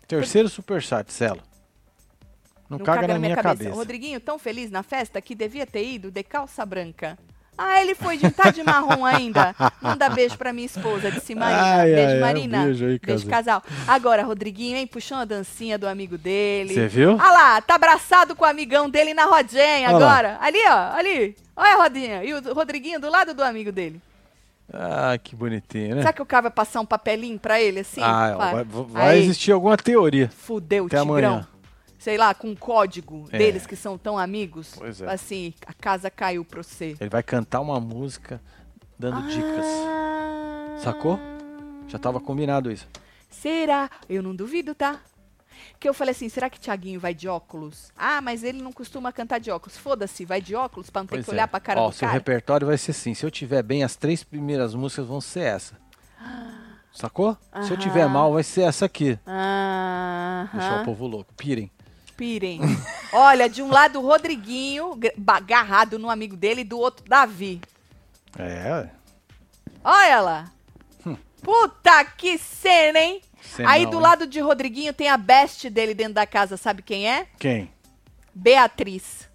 S1: Terceiro superchat, Celo. Não, caga, na minha cabeça.
S2: Rodriguinho, tão feliz na festa que devia ter ido de calça branca. Ah, ele foi de tá de marrom ainda. Manda beijo pra minha esposa, disse Marina.
S1: Ai,
S2: beijo,
S1: ai, ai,
S2: Marina.
S1: beijo aí,
S2: casal. Agora, Rodriguinho, hein? Puxou a dancinha do amigo dele.
S1: Você viu?
S2: Ah lá, tá abraçado com o amigão dele na rodinha
S1: Ah lá.
S2: agora. Ali, ó, ali. Olha a rodinha. E o Rodriguinho do lado do amigo dele.
S1: Ah, que bonitinho, né?
S2: Será que o cara vai passar um papelinho pra ele assim?
S1: ah, ó,
S2: Vai.
S1: vai, vai
S2: Aí.
S1: existir alguma teoria.
S2: Fudeu,
S1: Até
S2: Tigrão.
S1: amanhã.
S2: Sei lá, com um código
S1: É.
S2: deles que são tão amigos.
S1: Pois é.
S2: Assim, a casa caiu pra você.
S1: Ele vai cantar uma música dando dicas.
S2: Ah,
S1: Sacou? Já tava combinado isso.
S2: Será? Eu não duvido, tá? Que eu falei assim, será que Tiaguinho vai de óculos? Ah, mas ele não costuma cantar de óculos. Foda-se, vai de óculos pra não ter
S1: Pois
S2: que
S1: é.
S2: olhar pra cara
S1: Ó,
S2: do
S1: seu
S2: cara.
S1: repertório vai ser assim. Se eu tiver bem, as três primeiras músicas vão ser essa. Sacou? Se eu tiver
S2: Aham.
S1: mal, vai ser essa aqui.
S2: Ah,
S1: Deixar o povo louco. Pirem.
S2: pirem. Olha, de um lado o Rodriguinho, gra- ba- agarrado no amigo dele, e do outro Davi.
S1: É,
S2: Olha lá. Puta que cena, hein?
S1: Hum. Cena,
S2: Aí do
S1: hein?
S2: lado de Rodriguinho tem a best dele dentro da casa, sabe quem é?
S1: quem?
S2: Beatriz.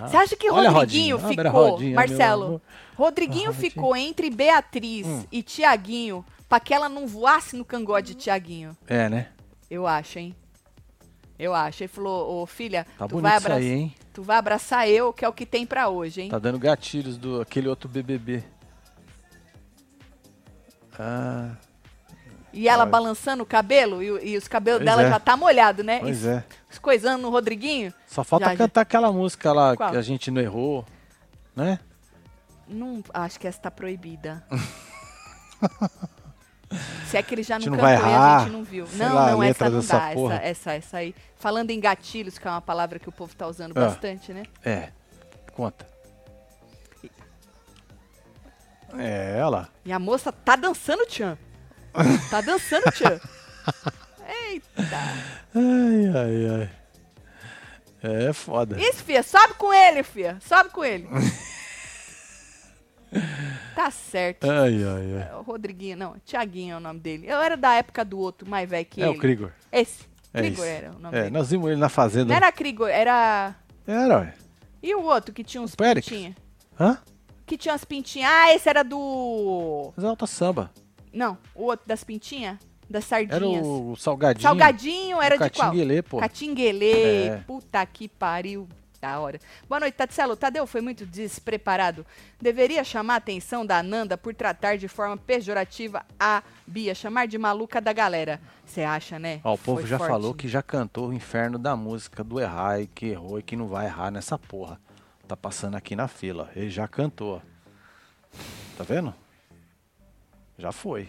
S2: Você acha que
S1: Ah. Olha a
S2: Rodriguinho
S1: rodinha, abre a
S2: ficou,
S1: rodinha, meu
S2: Marcelo?
S1: amor. Ah, Hum.
S2: Rodriguinho ficou entre Beatriz e Tiaguinho pra que ela não voasse no cangode de Tiaguinho.
S1: É, né?
S2: Eu acho, hein? Eu acho. Ele falou, ô filha,
S1: Tá
S2: tu,
S1: bonito
S2: vai
S1: isso
S2: abraçar,
S1: aí, hein?
S2: tu vai abraçar eu, que é o que tem pra hoje, hein?
S1: Tá dando gatilhos do aquele outro BBB. Ah,
S2: E ela balançando o cabelo, e, o- e os cabelos
S1: Pois
S2: dela
S1: é.
S2: já tá molhado, né?
S1: pois
S2: Isso-
S1: é.
S2: Os coisando no Rodriguinho.
S1: Só falta
S2: Já, já.
S1: cantar aquela música lá
S2: Qual?
S1: que a gente não errou, né?
S2: Não, acho que essa tá proibida. Se é que ele já
S1: A
S2: não
S1: gente não
S2: cantou
S1: vai
S2: e a
S1: errar,
S2: gente não viu.
S1: sei
S2: Não,
S1: lá, a
S2: não, essa
S1: letra
S2: não
S1: dessa
S2: dá. Essa,
S1: porra.
S2: essa, essa aí. Falando em gatilhos, que é uma palavra que o povo tá usando
S1: Ah.
S2: bastante, né?
S1: É. Conta. É ela.
S2: E a moça tá dançando tchan. Tá dançando tchan. Eita.
S1: Ai, ai, ai. É foda.
S2: Isso, fia, sobe com ele, fia. Sobe com ele. tá certo.
S1: Ai, ai, ai.
S2: É, o Rodriguinho, não, Tiaguinho é o nome dele. Eu era da época do outro, mais velho que
S1: É
S2: ele.
S1: o Krigor.
S2: Esse.
S1: É
S2: Krigor
S1: isso.
S2: era o nome
S1: É,
S2: dele.
S1: nós vimos ele na fazenda.
S2: Não era Krigor, era...
S1: Era, ué.
S2: E o outro que tinha uns
S1: Périx?
S2: pintinhos?
S1: Hã?
S2: Que tinha umas pintinhas. Ah, esse era do...
S1: Exalta é samba.
S2: Não, o outro das pintinhas? Das
S1: Era
S2: sardinhas.
S1: o Salgadinho.
S2: Salgadinho era
S1: O
S2: de qual?
S1: Catinguelê, pô.
S2: Catinguelê.
S1: É.
S2: Puta que pariu. Da hora. Boa noite, Tatselo. Tadeu foi muito despreparado. Deveria chamar a atenção da Ananda por tratar de forma pejorativa a Bia, chamar de maluca da galera. Você acha, né?
S1: Ó, o povo
S2: Foi
S1: já
S2: forte.
S1: falou que já cantou o inferno da música do errar e que errou e que não vai errar nessa porra. Tá passando aqui na fila. Ele já cantou. Tá vendo? Já foi.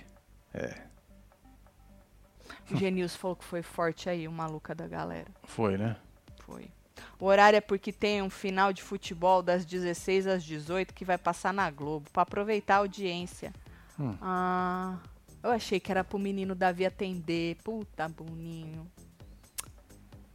S2: O Genilson falou que foi forte aí, o maluca da galera.
S1: Foi, né?
S2: Foi. O horário é porque tem um final de futebol das 16 às 18 que vai passar na Globo, pra aproveitar a audiência. Ah, eu achei que era pro menino Davi atender. Puta, boninho.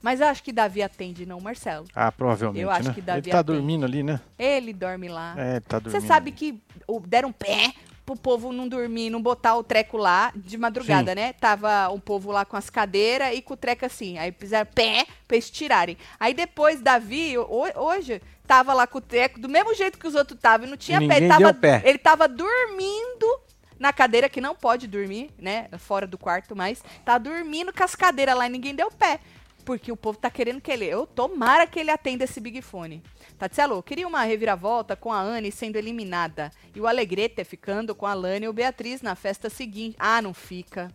S2: Mas eu acho que Davi atende, não, Marcelo.
S1: Ah, provavelmente,
S2: Eu acho
S1: né?
S2: que Davi
S1: Ele tá
S2: atende.
S1: dormindo ali, né?
S2: Ele dorme lá.
S1: É, ele tá
S2: Ah. Você
S1: dormindo.
S2: sabe que o- deram um pé pro povo não dormir, não botar o treco lá de madrugada, né? Tava o povo lá com as cadeiras e com o treco assim. Aí fizeram pé pra eles tirarem. Aí depois, Davi, ho- hoje, tava lá com o treco do mesmo jeito que os outros estavam. e Não tinha pé. Ele
S1: ninguém
S2: tava,
S1: deu pé.
S2: ele tava dormindo na cadeira, que não pode dormir, né? Fora do quarto, mas tá dormindo com as cadeiras lá e ninguém deu pé. Porque o povo tá querendo que ele. Eu tomara que ele atenda esse Big Fone. Tatselo, queria uma reviravolta com a Anne sendo eliminada. E o Alegrete ficando com a Lani e o Beatriz na festa seguinte. Ah, não fica.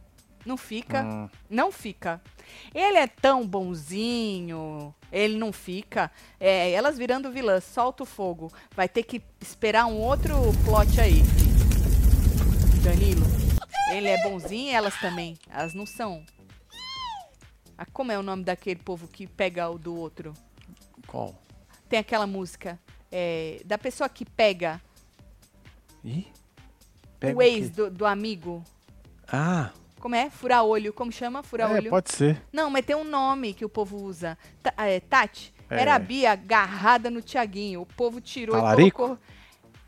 S2: Não fica.
S1: Hum.
S2: Não fica. Ele é tão bonzinho. Ele não fica. É, elas virando vilã, solta o fogo. Vai ter que esperar um outro plot aí. Danilo. Ele é bonzinho e elas também. Elas não são. Ah, como é o nome daquele povo que pega o do outro?
S1: Qual?
S2: Tem aquela música é, da pessoa que pega,
S1: Ih? Pega
S2: o ex
S1: quê?
S2: do, do amigo.
S1: Ah,
S2: Como é? Fura olho. Como chama? Fura
S1: é,
S2: olho.
S1: pode ser.
S2: Não, mas tem um nome que o povo usa. Ta- é, Tati,
S1: É.
S2: era a Bia agarrada no Tiaguinho. O povo tirou e
S1: Talarico?
S2: colocou.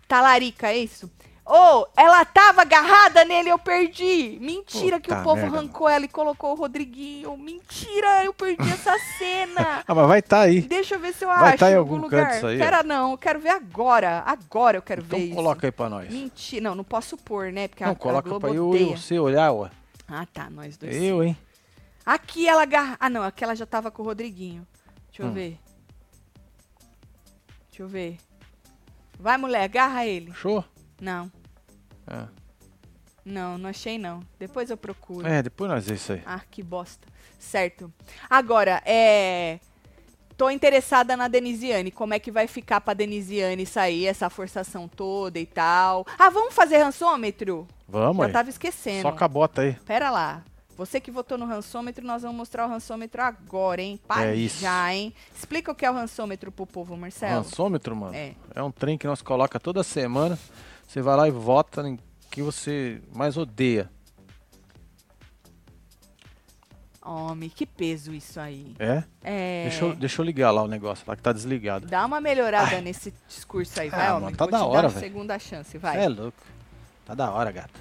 S2: Talarica, é isso? Ô, ela tava agarrada nele, eu perdi. Mentira que o
S1: Puta
S2: povo
S1: merda,
S2: arrancou ela e colocou o Rodriguinho. Mentira, eu perdi essa cena.
S1: Ah, mas vai tá aí.
S2: Deixa eu ver se eu
S1: Vai
S2: acho
S1: tá em
S2: em
S1: algum canto
S2: lugar.
S1: isso aí, ó.
S2: Pera não, eu quero ver agora. Agora eu quero
S1: Então
S2: ver isso.
S1: coloca aí pra nós.
S2: Mentira, não, não posso pôr, né? Porque a,
S1: Não,
S2: a
S1: coloca
S2: Globo
S1: pra eu e
S2: odeia.
S1: você olhar, ó.
S2: Ah, tá, nós dois.
S1: Eu, hein?
S2: Aqui ela agarra. Ah, não, aqui ela já tava com o Rodriguinho. Deixa eu
S1: Hum.
S2: ver. Deixa eu ver. Vai, mulher, agarra ele.
S1: Show?
S2: Não,
S1: Ah.
S2: não, não achei não. Depois eu procuro.
S1: É, depois nós vemos isso aí.
S2: Ah, que bosta. Certo. Agora, é. Tô interessada na Denisiane. Como é que vai ficar pra Denisiane sair essa forçação toda e tal? Ah, vamos fazer rançômetro?
S1: Vamos
S2: Eu
S1: aí.
S2: tava esquecendo.
S1: Só com a bota aí.
S2: Pera lá. Você que votou no rançômetro, nós vamos mostrar o rançômetro agora, hein? Pá,
S1: É isso.
S2: já, hein? Explica o que é o rançômetro pro povo, Marcelo.
S1: Rançômetro, mano.
S2: É.
S1: É. um trem que nós coloca toda semana. Você vai lá e vota em que você mais odeia.
S2: Homem, que peso isso aí.
S1: É?
S2: É.
S1: Deixa, eu, deixa eu ligar lá o negócio, lá que tá desligado.
S2: Dá uma melhorada nesse discurso aí, vai,
S1: Ah,
S2: homem.
S1: mano, tá
S2: Vou
S1: da
S2: te dar
S1: hora,
S2: uma
S1: velho.
S2: segunda chance,
S1: Cê
S2: vai.
S1: É louco. Tá da hora, gata.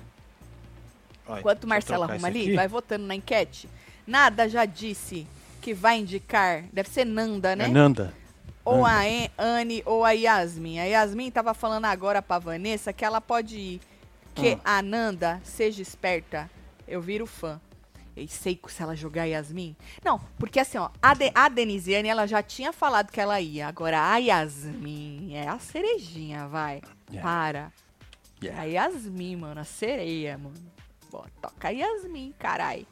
S1: Olha,
S2: Enquanto o
S1: deixa eu
S2: Marcelo
S1: trocar
S2: arruma
S1: esse
S2: ali,
S1: aqui.
S2: vai votando na enquete. Nada já disse que vai indicar. Deve ser Nanda, né?
S1: É Nanda.
S2: Ou a En- Anne ou a Yasmin. A Yasmin tava falando agora pra Vanessa que ela pode ir. Que a Nanda seja esperta, eu viro fã. E sei se ela jogar a Yasmin. Não, porque assim, ó, a, De- a Denisiane, ela já tinha falado que ela ia. Agora a Yasmin é a cerejinha, vai.
S1: Yeah.
S2: Para.
S1: Yeah.
S2: A Yasmin, mano, a sereia, mano. Bom, toca a Yasmin, carai.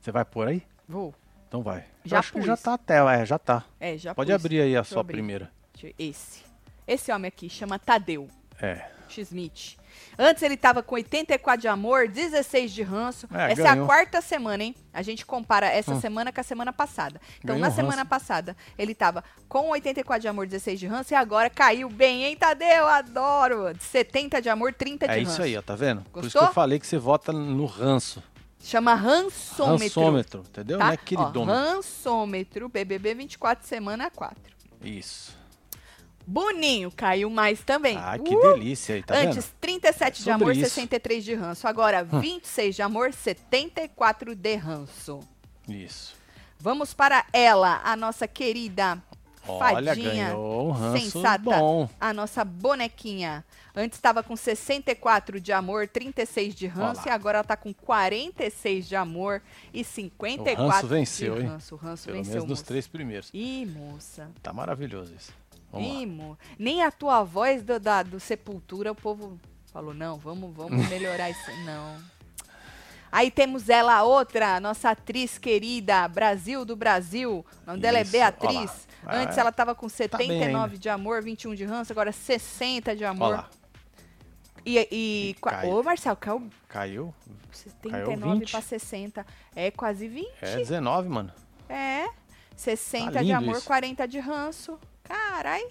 S1: Você vai por aí?
S2: Vou.
S1: Então vai.
S2: Já
S1: eu acho que
S2: pus.
S1: já tá até, é, já tá.
S2: É, já
S1: Pode
S2: pus.
S1: abrir aí a
S2: Deixa eu
S1: sua
S2: abrir.
S1: primeira.
S2: Deixa eu- Esse. Esse homem aqui chama Tadeu.
S1: É.
S2: Schmidt. Antes ele tava com 84 de amor, 16 de ranço.
S1: É,
S2: essa é a
S1: ganhou. Ah.
S2: quarta semana, hein? A gente compara essa semana com a semana passada. Então,
S1: Ganhou
S2: na
S1: ranço.
S2: semana passada, ele tava com 84 de amor, 16 de ranço. E agora caiu bem, hein, Tadeu? Adoro! De 70 de amor, 30 de
S1: É
S2: ranço.
S1: isso aí, ó, tá vendo? Por isso que
S2: Gostou?
S1: eu falei que você vota no ranço.
S2: Chama rançômetro.
S1: Rançômetro, entendeu? Não é queridômetro.
S2: Tá? Ó, rançômetro, BBB 24, semana 4.
S1: Isso.
S2: Boninho caiu mais também.
S1: Ah, que
S2: Uh!
S1: delícia aí, tá
S2: Antes,
S1: vendo?
S2: 37 de
S1: Sobre
S2: amor,
S1: isso. Hum.
S2: 63 de ranço. Agora, 26 de amor, 74 de ranço.
S1: Isso.
S2: Vamos para ela, a nossa querida
S1: Olha,
S2: fadinha
S1: ganhou um ranço
S2: sensata,
S1: bom.
S2: a nossa bonequinha. Antes estava com 64 de amor, 36 de ranço,
S1: Ó
S2: e
S1: lá.
S2: agora ela tá com 46 de amor e 54
S1: O ranço venceu,
S2: de
S1: hein?
S2: ranço. O ranço
S1: Pelo
S2: venceu,
S1: menos nos
S2: moça.
S1: três primeiros.
S2: Ih, moça.
S1: Tá maravilhoso isso. Vamos lá.
S2: Ih, mo... Nem a tua voz do, da- do Sepultura, o povo falou, não, vamos, vamos melhorar isso. Não. Aí temos ela, a outra, nossa atriz querida, Brasil do Brasil. O nome dela é
S1: Isso, ó lá.
S2: Beatriz.
S1: Ah,
S2: Antes ela tava com
S1: bem
S2: 79
S1: ainda.
S2: de amor, 21 de ranço, agora 60 de
S1: Ó
S2: amor.
S1: lá,
S2: E, e,
S1: E
S2: qua-
S1: caiu.
S2: Ô, Marcelo, caiu
S1: caiu.
S2: 79
S1: 20.
S2: para 60. É quase 20.
S1: É 19, mano.
S2: É. 60
S1: Tá
S2: de
S1: lindo
S2: amor,
S1: isso.
S2: 40 de ranço. Carai.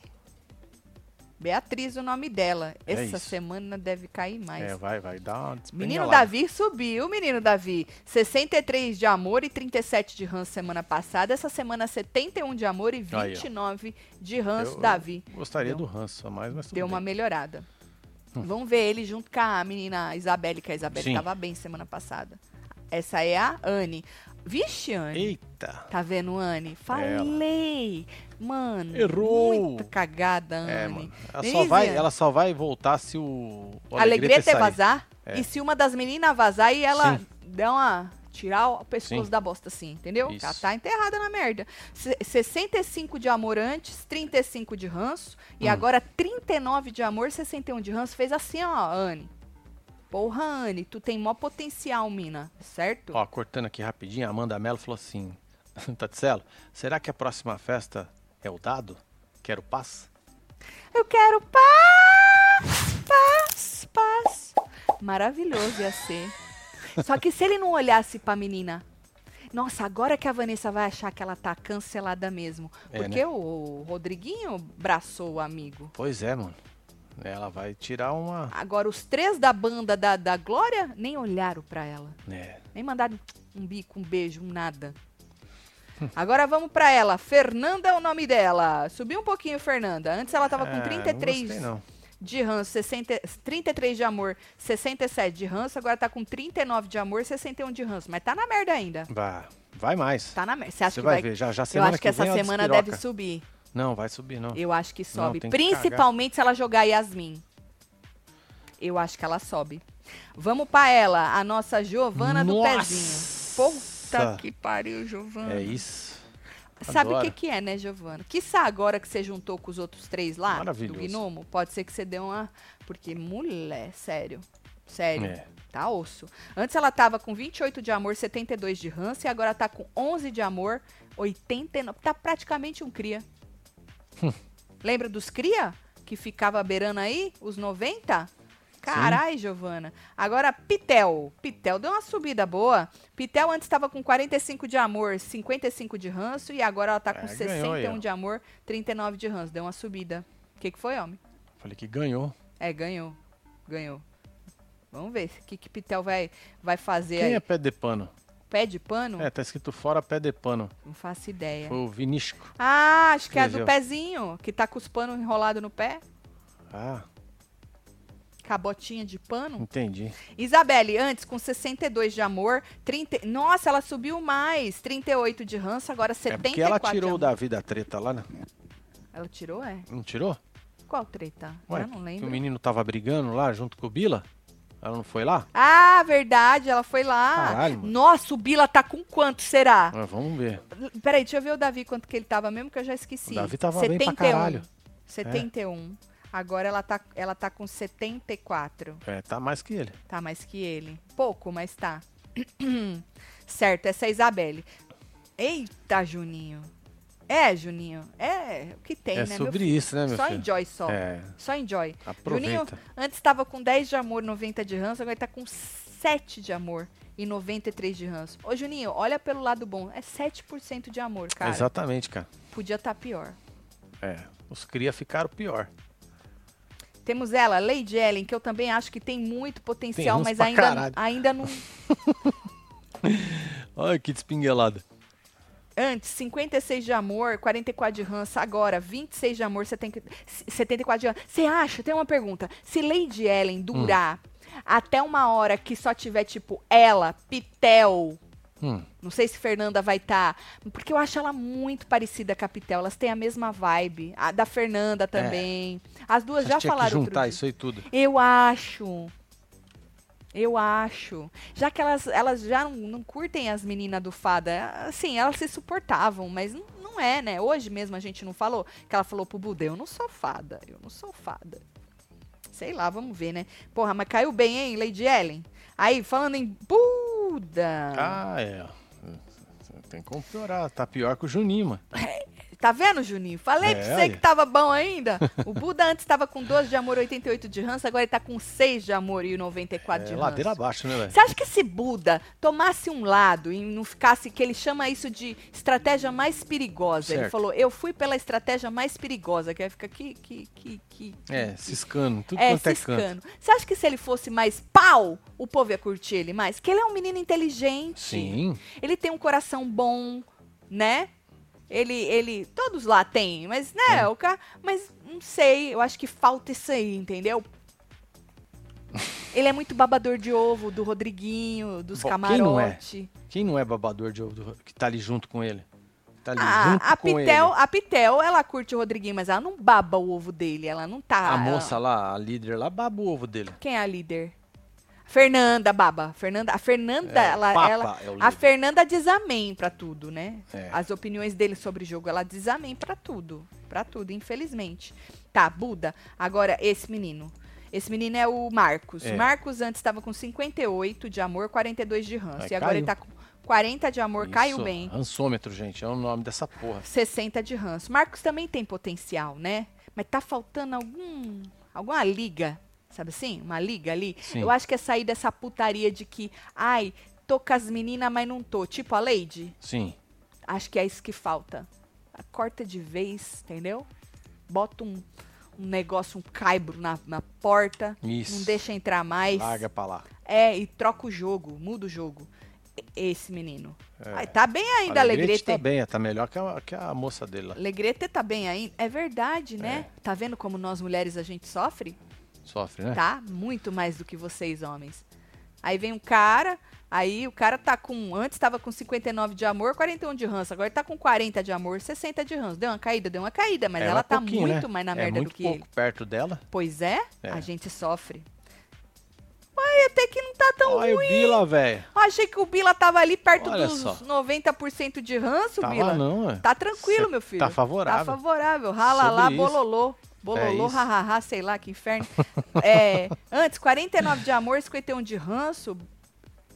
S2: Beatriz, o nome dela.
S1: É
S2: Essa
S1: isso.
S2: semana deve cair mais.
S1: É, vai, vai dar uma despenhalada.
S2: Menino Davi subiu, menino Davi. 63 de amor e 37 de ranço semana passada. Essa semana, 71 de amor e
S1: ó.
S2: 29 de ranço,
S1: Eu-
S2: Davi.
S1: eu Gostaria
S2: Deu-
S1: do ranço a mais, mas tudo
S2: Deu uma
S1: bem. Hum.
S2: melhorada. Vamos ver ele junto com a menina Isabelle, que a Isabelle
S1: Sim.
S2: tava bem semana passada. Essa é a Anne. Vixe, Anne.
S1: Eita.
S2: Tá vendo, Anne? Falei! Mano,
S1: Errou.
S2: muita cagada, Anne.
S1: É, mano. Ela só,
S2: Denise,
S1: vai, ela só vai voltar se o, o
S2: Alegreta
S1: sair.
S2: é vazar.
S1: É.
S2: E se uma das meninas vazar e ela
S1: Sim.
S2: der uma. Tirar o pescoço
S1: Sim.
S2: da bosta, assim, entendeu?
S1: Isso.
S2: Ela tá enterrada na merda. Se- 65 de amor antes, 35 de ranço. E
S1: Hum.
S2: agora 39 de amor, 61 de ranço. Fez assim, ó, Anne. Porra, Anne, tu tem mó potencial, mina, certo?
S1: Ó, cortando aqui rapidinho, a Amanda Mello falou assim: Tatselo, será que a próxima festa é o dado? Quero paz?
S2: Eu quero paz, paz, paz. Maravilhoso ia ser. Só que se ele não olhasse pra menina. Nossa, agora que a Vanessa vai achar que ela tá cancelada mesmo.
S1: É,
S2: porque
S1: né?
S2: o Rodriguinho braçou o amigo.
S1: Pois é, mano. Ela vai tirar uma.
S2: Agora, os três da banda da, da Glória nem olharam pra ela.
S1: né?
S2: Nem mandaram um bico, um beijo, um nada. Agora vamos pra ela. Fernanda é o nome dela. Subiu um pouquinho, Fernanda. Antes ela tava
S1: Ah,
S2: com
S1: não
S2: 33
S1: gostei, não.
S2: de ranço, 60, 33 de amor, 67 de ranço, agora tá com 39 de amor, 61 de ranço. Mas tá na merda ainda.
S1: Vai, vai mais.
S2: Tá na merda. Você acha
S1: Você
S2: que
S1: vai
S2: vai.
S1: ver, já- já
S2: Eu
S1: semana
S2: acho que,
S1: que
S2: essa
S1: vem ela
S2: semana
S1: despiroca.
S2: deve subir.
S1: Não, vai subir, não.
S2: Eu acho que sobe.
S1: tem que
S2: Principalmente se ela jogar Yasmin. Eu acho que ela sobe. Vamos pra ela, a nossa Giovana do
S1: Nossa!
S2: Pezinho. Puta que pariu, Giovana.
S1: É isso.
S2: Sabe o
S1: Adoro.
S2: que, que é, né, Giovana? Quiçá agora que você juntou com os outros três lá do
S1: Maravilhoso.
S2: gnomo, pode ser que você dê uma. Porque, mulher, sério. Sério.
S1: É.
S2: Tá osso. Antes ela tava com 28 de amor, 72 de ranço, e agora tá com 11 de amor, 89. Tá praticamente um cria.
S1: Hum.
S2: Lembra dos cria? Que ficava beirando aí, os 90? Carai, Giovana. Agora, Pitel. Pitel deu uma subida boa. Pitel antes estava com 45 de amor, 55 de ranço. E agora ela tá com
S1: É, ganhou aí,
S2: 61
S1: ó.
S2: de amor, 39 de ranço. Deu uma subida. O que, que foi, homem?
S1: Falei que ganhou.
S2: É, ganhou. Ganhou. Vamos ver o que, que Pitel vai, vai fazer
S1: Quem
S2: aí.
S1: é pé de pano?
S2: Pé de pano?
S1: É, tá escrito fora pé de pano.
S2: Não faço ideia.
S1: Foi o Vinícius.
S2: Ah, acho que é a do
S1: Escreveu.
S2: pezinho, que tá com os panos enrolados no pé.
S1: Ah,
S2: Com a botinha de pano.
S1: entendi.
S2: Isabelle, antes com 62 de amor, 30... Nossa, ela subiu mais, 38 de ranço, agora
S1: É
S2: 74
S1: porque ela
S2: de
S1: tirou
S2: amor.
S1: da vida a treta lá, né?
S2: Ela tirou, é?
S1: Não tirou?
S2: Qual treta? Eu
S1: Ué,
S2: não
S1: que o
S2: lembro.
S1: menino tava brigando lá junto com o Bila? Ela não foi lá?
S2: Ah, verdade, ela foi lá.
S1: Caralho, mano.
S2: Nossa, o Bila tá com quanto, será?
S1: Ah, vamos ver.
S2: Peraí, deixa eu ver o Davi quanto que ele tava mesmo, que eu já esqueci.
S1: O Davi tava bem pra caralho. É.
S2: 71. Agora ela tá, ela tá com 74.
S1: É, tá mais que ele.
S2: Tá mais que ele. Pouco, mas tá. certo, essa é a Isabelle. Eita, Juninho. É, Juninho. É o que tem,
S1: É
S2: né?
S1: sobre
S2: filho?
S1: isso, né, meu
S2: Só
S1: filho?
S2: enjoy só.
S1: É.
S2: Só enjoy.
S1: Aproveita.
S2: Juninho, antes estava com 10 de amor, 90 de ranço, agora tá com 7 de amor e 93 de ranço. Ô, Juninho, olha pelo lado bom. É 7% de amor, cara.
S1: Exatamente, cara.
S2: Podia estar pior.
S1: É. Os cria ficaram pior.
S2: Temos ela, Lady Ellen, que eu também acho que tem muito potencial,
S1: ranço
S2: mas
S1: pra
S2: ainda,
S1: caralho.
S2: ainda não.
S1: Olha que despinguelada.
S2: Antes, 56 de amor, 44 de rança. Agora, 26 de amor, 70, 74 de rança. Você acha? Tem uma pergunta. Se Lady Ellen durar até uma hora que só tiver, tipo, ela, Pitel.
S1: Hum.
S2: Não sei se Fernanda vai estar. porque eu acho ela muito parecida com a Pitel. Elas têm a mesma vibe. A da Fernanda também. As duas já
S1: É. tinha que
S2: falaram outro
S1: juntar
S2: dia.
S1: isso aí tudo.
S2: Eu acho. Eu acho. Já que elas, elas já não, não curtem as meninas do Fada. Assim, elas se suportavam, mas não, não é, né? Hoje mesmo a gente não falou que ela falou pro Budê, eu não sou fada, eu não sou fada. Sei lá, vamos ver, né? Porra, mas caiu bem, hein, Lady Ellen? Aí, falando em Buda.
S1: Ah, é. Tem como piorar. Tá pior que o Juninho, mano.
S2: Tá vendo, Juninho? Falei pra
S1: É,
S2: você
S1: olha.
S2: que tava bom ainda. O Buda antes tava com 12 de amor, 88 de ranço, agora ele tá com 6 de amor e 94 de
S1: É,
S2: ranço.
S1: ladeira abaixo, né, velho?
S2: Você acha que esse Buda tomasse um lado e não ficasse, que ele chama isso de estratégia mais perigosa? Ele
S1: Certo.
S2: falou, eu fui pela estratégia mais perigosa, que aí fica que, que, que, que...
S1: É, ciscando. Tudo
S2: É,
S1: quanto é canto.
S2: ciscando. Você acha que se ele fosse mais pau, o povo ia curtir ele mais? Que ele é um menino inteligente.
S1: Sim.
S2: Ele tem um coração bom, né? Ele, ele, todos lá têm, mas, né, o cara, mas não sei, eu acho que falta isso aí, entendeu? Ele é muito babador de ovo, do Rodriguinho, dos
S1: Bom, quem não é?
S2: camarote.
S1: Quem não é babador de ovo do- que tá ali junto com ele? Tá ali
S2: Ah,
S1: junto
S2: a
S1: com
S2: Pitel,
S1: ele.
S2: a Pitel, ela curte o Rodriguinho, mas ela não baba o ovo dele, ela não tá.
S1: A
S2: ela-
S1: moça lá, a líder lá, baba o ovo dele.
S2: Quem é a líder? Fernanda, baba. Fernanda, a Fernanda,
S1: É, o
S2: ela,
S1: Papa
S2: ela-
S1: é o
S2: a
S1: líder.
S2: Fernanda diz amém pra tudo, né?
S1: É.
S2: As opiniões dele sobre o jogo, ela diz amém pra tudo, Pra tudo, infelizmente. Tá, Buda. Agora esse menino. Esse menino é o Marcos.
S1: É.
S2: Marcos antes estava com 58 de amor, 42 de ranço.
S1: Aí
S2: e agora
S1: caiu.
S2: ele tá com 40 de amor, caiu
S1: Isso,
S2: bem.
S1: Rançômetro, gente, é o nome dessa porra.
S2: 60 de ranço. Marcos também tem potencial, né? Mas tá faltando algum, alguma liga, sabe assim? Uma liga ali.
S1: Sim.
S2: Eu acho que é sair dessa putaria de que, ai, tô com as meninas, mas não tô. Tipo a Lady.
S1: Sim.
S2: Acho que é isso que falta. Corta de vez, entendeu? Bota um, um negócio, um caibro na, na porta.
S1: Isso.
S2: Não deixa entrar mais.
S1: Larga pra lá.
S2: É, e troca o jogo, muda o jogo. E- Esse menino.
S1: É.
S2: Ai, tá bem ainda,
S1: a
S2: Alegrete.
S1: tá bem, tá melhor que a, que a moça dele lá.
S2: Legrete tá bem ainda. É verdade, né?
S1: É.
S2: Tá vendo como nós mulheres a gente sofre?
S1: Sofre, né?
S2: Tá? Muito mais do que vocês homens. Aí vem um cara, aí o cara tá com. Antes tava com 59 de amor, 41 de ranço. Agora tá com 40 de amor, 60 de ranço. Deu uma caída, deu uma caída, mas ela,
S1: é
S2: tá
S1: pouquinho,
S2: muito
S1: né?
S2: mais na
S1: É
S2: merda
S1: muito
S2: do que
S1: pouco
S2: ele.
S1: perto dela.
S2: Pois é,
S1: É.
S2: a gente sofre. Ai, até que não tá tão
S1: Olha o
S2: ruim.
S1: Bila, velho.
S2: Eu Achei que o Bila tava ali perto
S1: Olha
S2: dos
S1: só.
S2: 90% de ranço,
S1: Tava
S2: Bila.
S1: não, é.
S2: Tá tranquilo,
S1: Cê
S2: meu filho.
S1: tá
S2: Tá
S1: favorável.
S2: favorável. Rala
S1: Sobre
S2: lá,
S1: isso.
S2: bololô.
S1: É
S2: Bololô,
S1: isso.
S2: hahaha, sei lá, que inferno. É, antes, 49 de amor, 51 de ranço.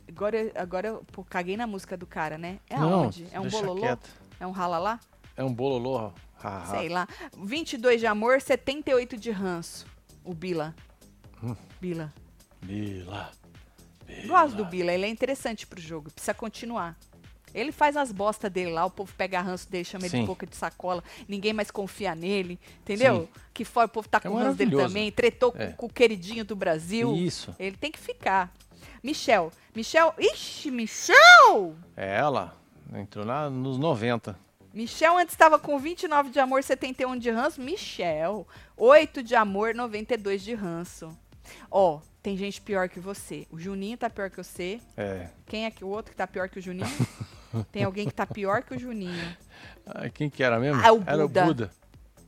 S2: Agora, eu- agora eu pô, caguei na música do cara, né? É
S1: Não,
S2: aonde? É um
S1: deixa
S2: bololô?
S1: quieto.
S2: É um ralalá?
S1: É um bololô. ha, ha.
S2: Sei lá. 22 de amor, 78 de ranço. O Bila.
S1: Hum.
S2: Bila.
S1: Bila.
S2: Gosto do Bila, ele é interessante pro jogo, precisa continuar. Ele faz as bostas dele lá, o povo pega ranço dele, chama ele de
S1: Sim.
S2: boca de sacola, ninguém mais confia nele, entendeu? Que fora o povo tá com o ranço dele
S1: É maravilhoso.
S2: também, tretou
S1: É.
S2: com, com o queridinho do Brasil.
S1: Isso.
S2: Ele tem que ficar. Michel, Michel, ixi, Michel!
S1: É ela. Entrou na, nos 90.
S2: Michel antes estava com 29 de amor, 71 de ranço. Michel, 8 de amor, 92 de ranço. Ó, tem gente pior que você. O Juninho tá pior que você.
S1: É.
S2: Quem é que o outro que tá pior que o Juninho? Tem alguém que tá pior que o Juninho.
S1: Ah, Quem que era mesmo?
S2: Ah, o
S1: Era o
S2: Buda.
S1: Buda.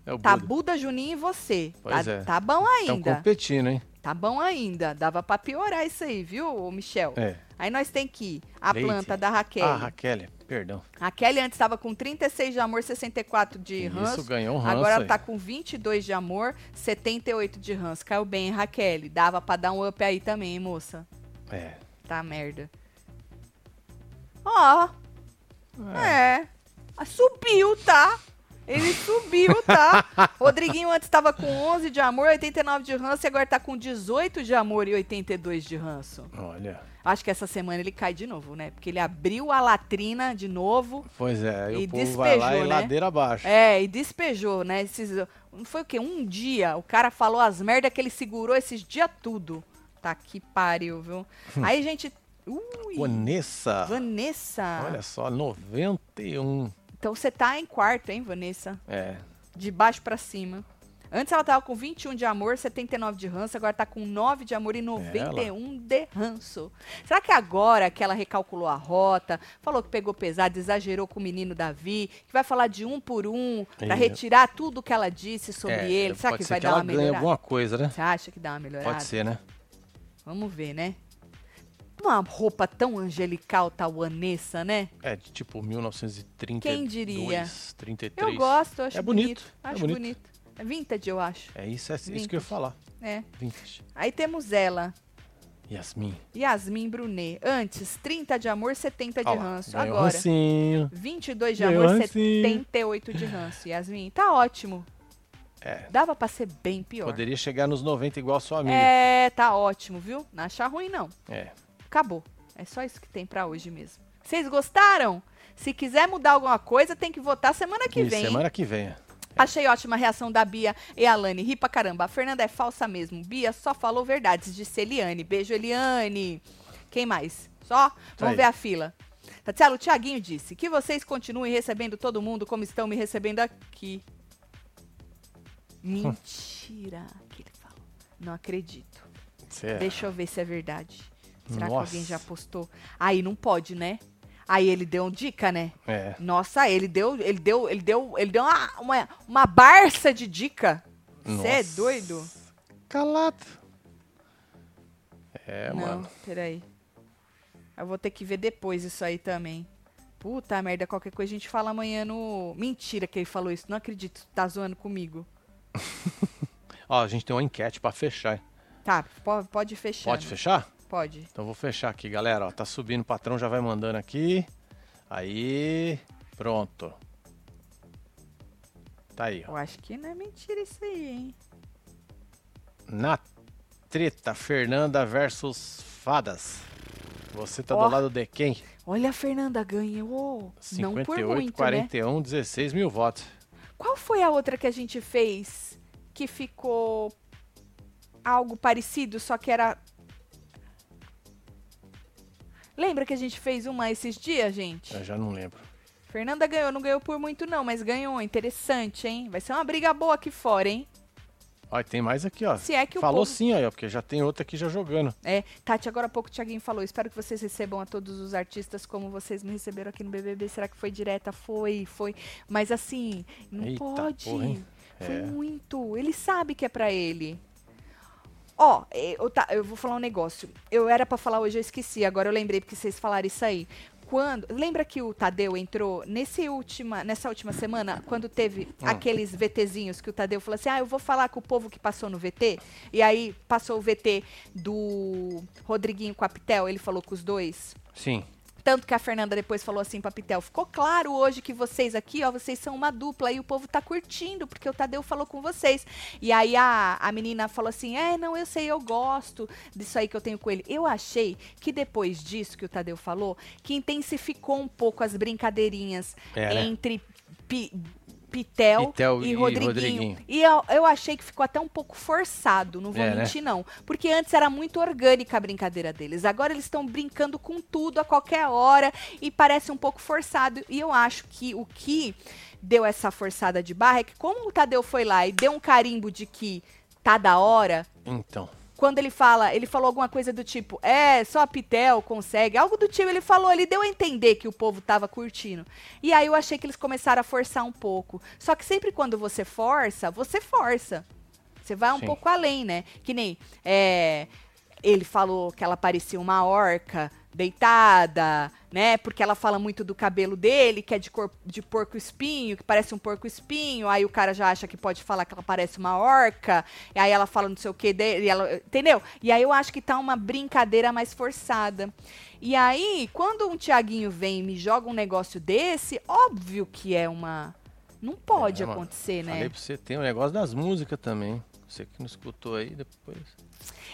S1: É o
S2: Tá
S1: Buda.
S2: Buda, Juninho e você.
S1: Pois
S2: tá,
S1: é.
S2: tá bom
S1: Estão
S2: ainda.
S1: competindo, hein?
S2: Tá bom ainda. Dava pra piorar isso aí, viu, ô Michel?
S1: É.
S2: Aí nós tem que ir. A
S1: Leite.
S2: planta da Raquel.
S1: Ah, Raquel, perdão.
S2: A Kelly antes estava com 36 de amor, 64 de
S1: Isso,
S2: ranço.
S1: ganhou um ranço
S2: Agora
S1: aí.
S2: tá com 22 de amor, 78 de ranço. Caiu bem, hein, Raquel. Dava pra dar um up aí também, hein, moça.
S1: É.
S2: Tá merda. Ó. É. Ah, É. Subiu, tá? Ele subiu, tá? Rodriguinho antes estava com 11 de amor, 89 de ranço e agora tá com 18 de amor e 82 de ranço.
S1: Olha.
S2: Acho que essa semana ele cai de novo, né? Porque ele abriu a latrina de novo.
S1: Pois é, aí
S2: E
S1: o povo vai lá e
S2: despejou, né?
S1: ladeira abaixo.
S2: É, e despejou, né? Esses, não foi o quê? Um dia o cara falou as merda que ele segurou esses dias tudo. Tá que pariu, viu? Aí, gente. Ui,
S1: Hum. Vanessa.
S2: Vanessa.
S1: Olha só, 91.
S2: Então você tá em quarto, hein, Vanessa?
S1: É.
S2: De baixo pra cima. Antes ela tava com 21 de amor, 79 de ranço, agora tá com 9 de amor e 91 de ranço. Será que agora que ela recalculou a rota, falou que pegou pesado, exagerou com o menino Davi, que vai falar de um por um, pra
S1: É.
S2: retirar tudo que ela disse sobre
S1: é,
S2: ele? Será
S1: pode
S2: que
S1: ser
S2: vai
S1: que
S2: dar
S1: ela
S2: uma
S1: ganhe
S2: melhorada?
S1: alguma coisa, né?
S2: Você acha que dá uma melhorada?
S1: Pode ser, né?
S2: Vamos ver, né? Uma roupa tão angelical, tal Vanessa, né?
S1: É, de tipo 1932,
S2: Quem diria?
S1: 33.
S2: Eu gosto, eu acho
S1: É bonito, é
S2: Acho
S1: bonito.
S2: bonito. É vintage, eu acho.
S1: É isso, é isso que eu ia
S2: Vintage.
S1: falar.
S2: É.
S1: Vintage.
S2: Aí temos ela,
S1: Yasmin.
S2: Yasmin Brunet. Antes, 30 de amor, 70 É de
S1: Olha lá,
S2: ranço.
S1: ganhou
S2: Agora,
S1: rancinho.
S2: 22 de
S1: Ganhou
S2: amor,
S1: rancinho.
S2: 78 de ranço. Yasmin, tá ótimo.
S1: É.
S2: Dava pra ser bem pior.
S1: Poderia chegar nos 90 igual a sua amiga.
S2: É, tá ótimo, viu? Não achar ruim, não.
S1: É.
S2: Acabou. É só isso que tem pra hoje mesmo. Vocês gostaram? Se quiser mudar alguma coisa, tem que votar semana que
S1: e
S2: vem.
S1: semana que vem. é.
S2: Achei ótima a reação da Bia e Alane. Ri pra caramba. A Fernanda é falsa mesmo. Bia só falou verdades, disse Eliane. Beijo, Eliane. Quem mais? Só? Vamos
S1: Tá aí.
S2: ver a fila. Tatiana, o Tiaguinho disse que vocês continuem recebendo todo mundo como estão me recebendo aqui.
S1: Hum.
S2: Mentira que ele falou. Não acredito.
S1: Cê é-
S2: Deixa eu ver se é verdade. Será
S1: Nossa.
S2: que alguém já postou? Aí não pode, né? Aí ele deu uma dica, né?
S1: É.
S2: Nossa, ele deu, ele deu, ele deu, ele deu uma, uma, uma barça de dica. Você é
S1: Nossa.
S2: doido?
S1: Calado. É,
S2: não,
S1: mano.
S2: peraí. Eu vou ter que ver depois isso aí também. Puta merda, qualquer coisa a gente fala amanhã no. Mentira que ele falou isso, não acredito. Tá zoando comigo.
S1: Ó, a gente tem uma enquete pra fechar. hein?
S2: Tá, po- pode fechar.
S1: Pode fechar?
S2: Pode.
S1: Então vou fechar aqui, galera. Ó, tá subindo, o patrão já vai mandando aqui. Aí, pronto. Tá aí, ó.
S2: Eu acho que não é mentira isso aí, hein?
S1: Na treta, Fernanda versus Fadas. Você tá
S2: Ó.
S1: do lado de quem?
S2: Olha, a Fernanda ganhou. não por
S1: 58,
S2: muito, né?
S1: 41, 16 mil votos.
S2: Qual foi a outra que a gente fez que ficou algo parecido, só que era. Lembra que a gente fez uma esses dias, gente?
S1: Eu já não lembro.
S2: Fernanda ganhou, não ganhou por muito não, mas ganhou. Interessante, hein? Vai ser uma briga boa aqui fora, hein?
S1: Olha, tem mais aqui, ó.
S2: Se é que o
S1: Falou
S2: povo-
S1: sim aí, ó, porque já tem outra aqui já jogando.
S2: É, Tati, agora há pouco o Thiaguinho falou, espero que vocês recebam a todos os artistas como vocês me receberam aqui no BBB. Será que foi direta? Foi, foi. Mas assim, não
S1: Eita
S2: pode.
S1: porra, hein?
S2: Foi
S1: É.
S2: muito. Ele sabe que é pra ele. Ó, eh, eu, tá- eu vou falar um negócio. Eu era pra falar hoje, eu esqueci. Agora eu lembrei porque vocês falaram isso aí. Quando, lembra que o Tadeu entrou nesse última, nessa última semana, quando teve aqueles VTzinhos que o Tadeu falou assim: "Ah, eu vou falar com o povo que passou no VT". E aí passou o VT do Rodriguinho com a Pitel, ele falou com os dois.
S1: Sim.
S2: Tanto que a Fernanda depois falou assim pra Pitel, ficou claro hoje que vocês aqui, ó, vocês são uma dupla e o povo tá curtindo, porque o Tadeu falou com vocês. E aí a, a menina falou assim, é, não, eu sei, eu gosto disso aí que eu tenho com ele. Eu achei que depois disso que o Tadeu falou, que intensificou um pouco as brincadeirinhas
S1: É, né?
S2: entre Pi- Pitel,
S1: Pitel
S2: e,
S1: e
S2: Rodriguinho.
S1: Rodriguinho.
S2: E eu, eu achei que ficou até um pouco forçado, não vou
S1: É, né?
S2: mentir, não. Porque antes era muito orgânica a brincadeira deles. Agora eles estão brincando com tudo a qualquer hora e parece um pouco forçado. E eu acho que o que deu essa forçada de barra é que, como o Tadeu foi lá e deu um carimbo de que tá da hora.
S1: Então.
S2: Quando ele fala, ele falou alguma coisa do tipo, é, só a Pitel consegue, algo do tipo, ele falou, ele deu a entender que o povo tava curtindo. E aí eu achei que eles começaram a forçar um pouco. Só que sempre quando você força, você força. Você vai um
S1: Sim.
S2: pouco além, né? Que nem, é, ele falou que ela parecia uma orca deitada, né? Porque ela fala muito do cabelo dele, que é de, cor- de porco espinho, que parece um porco espinho. Aí o cara já acha que pode falar que ela parece uma orca. E aí ela fala não sei o que dele, e ela- entendeu? E aí eu acho que tá uma brincadeira mais forçada. E aí, quando um Tiaguinho vem e me joga um negócio desse, óbvio que é uma Não pode
S1: É, mano,
S2: acontecer, né?
S1: Falei pra você, tem o negócio das músicas também. Você que não escutou aí depois.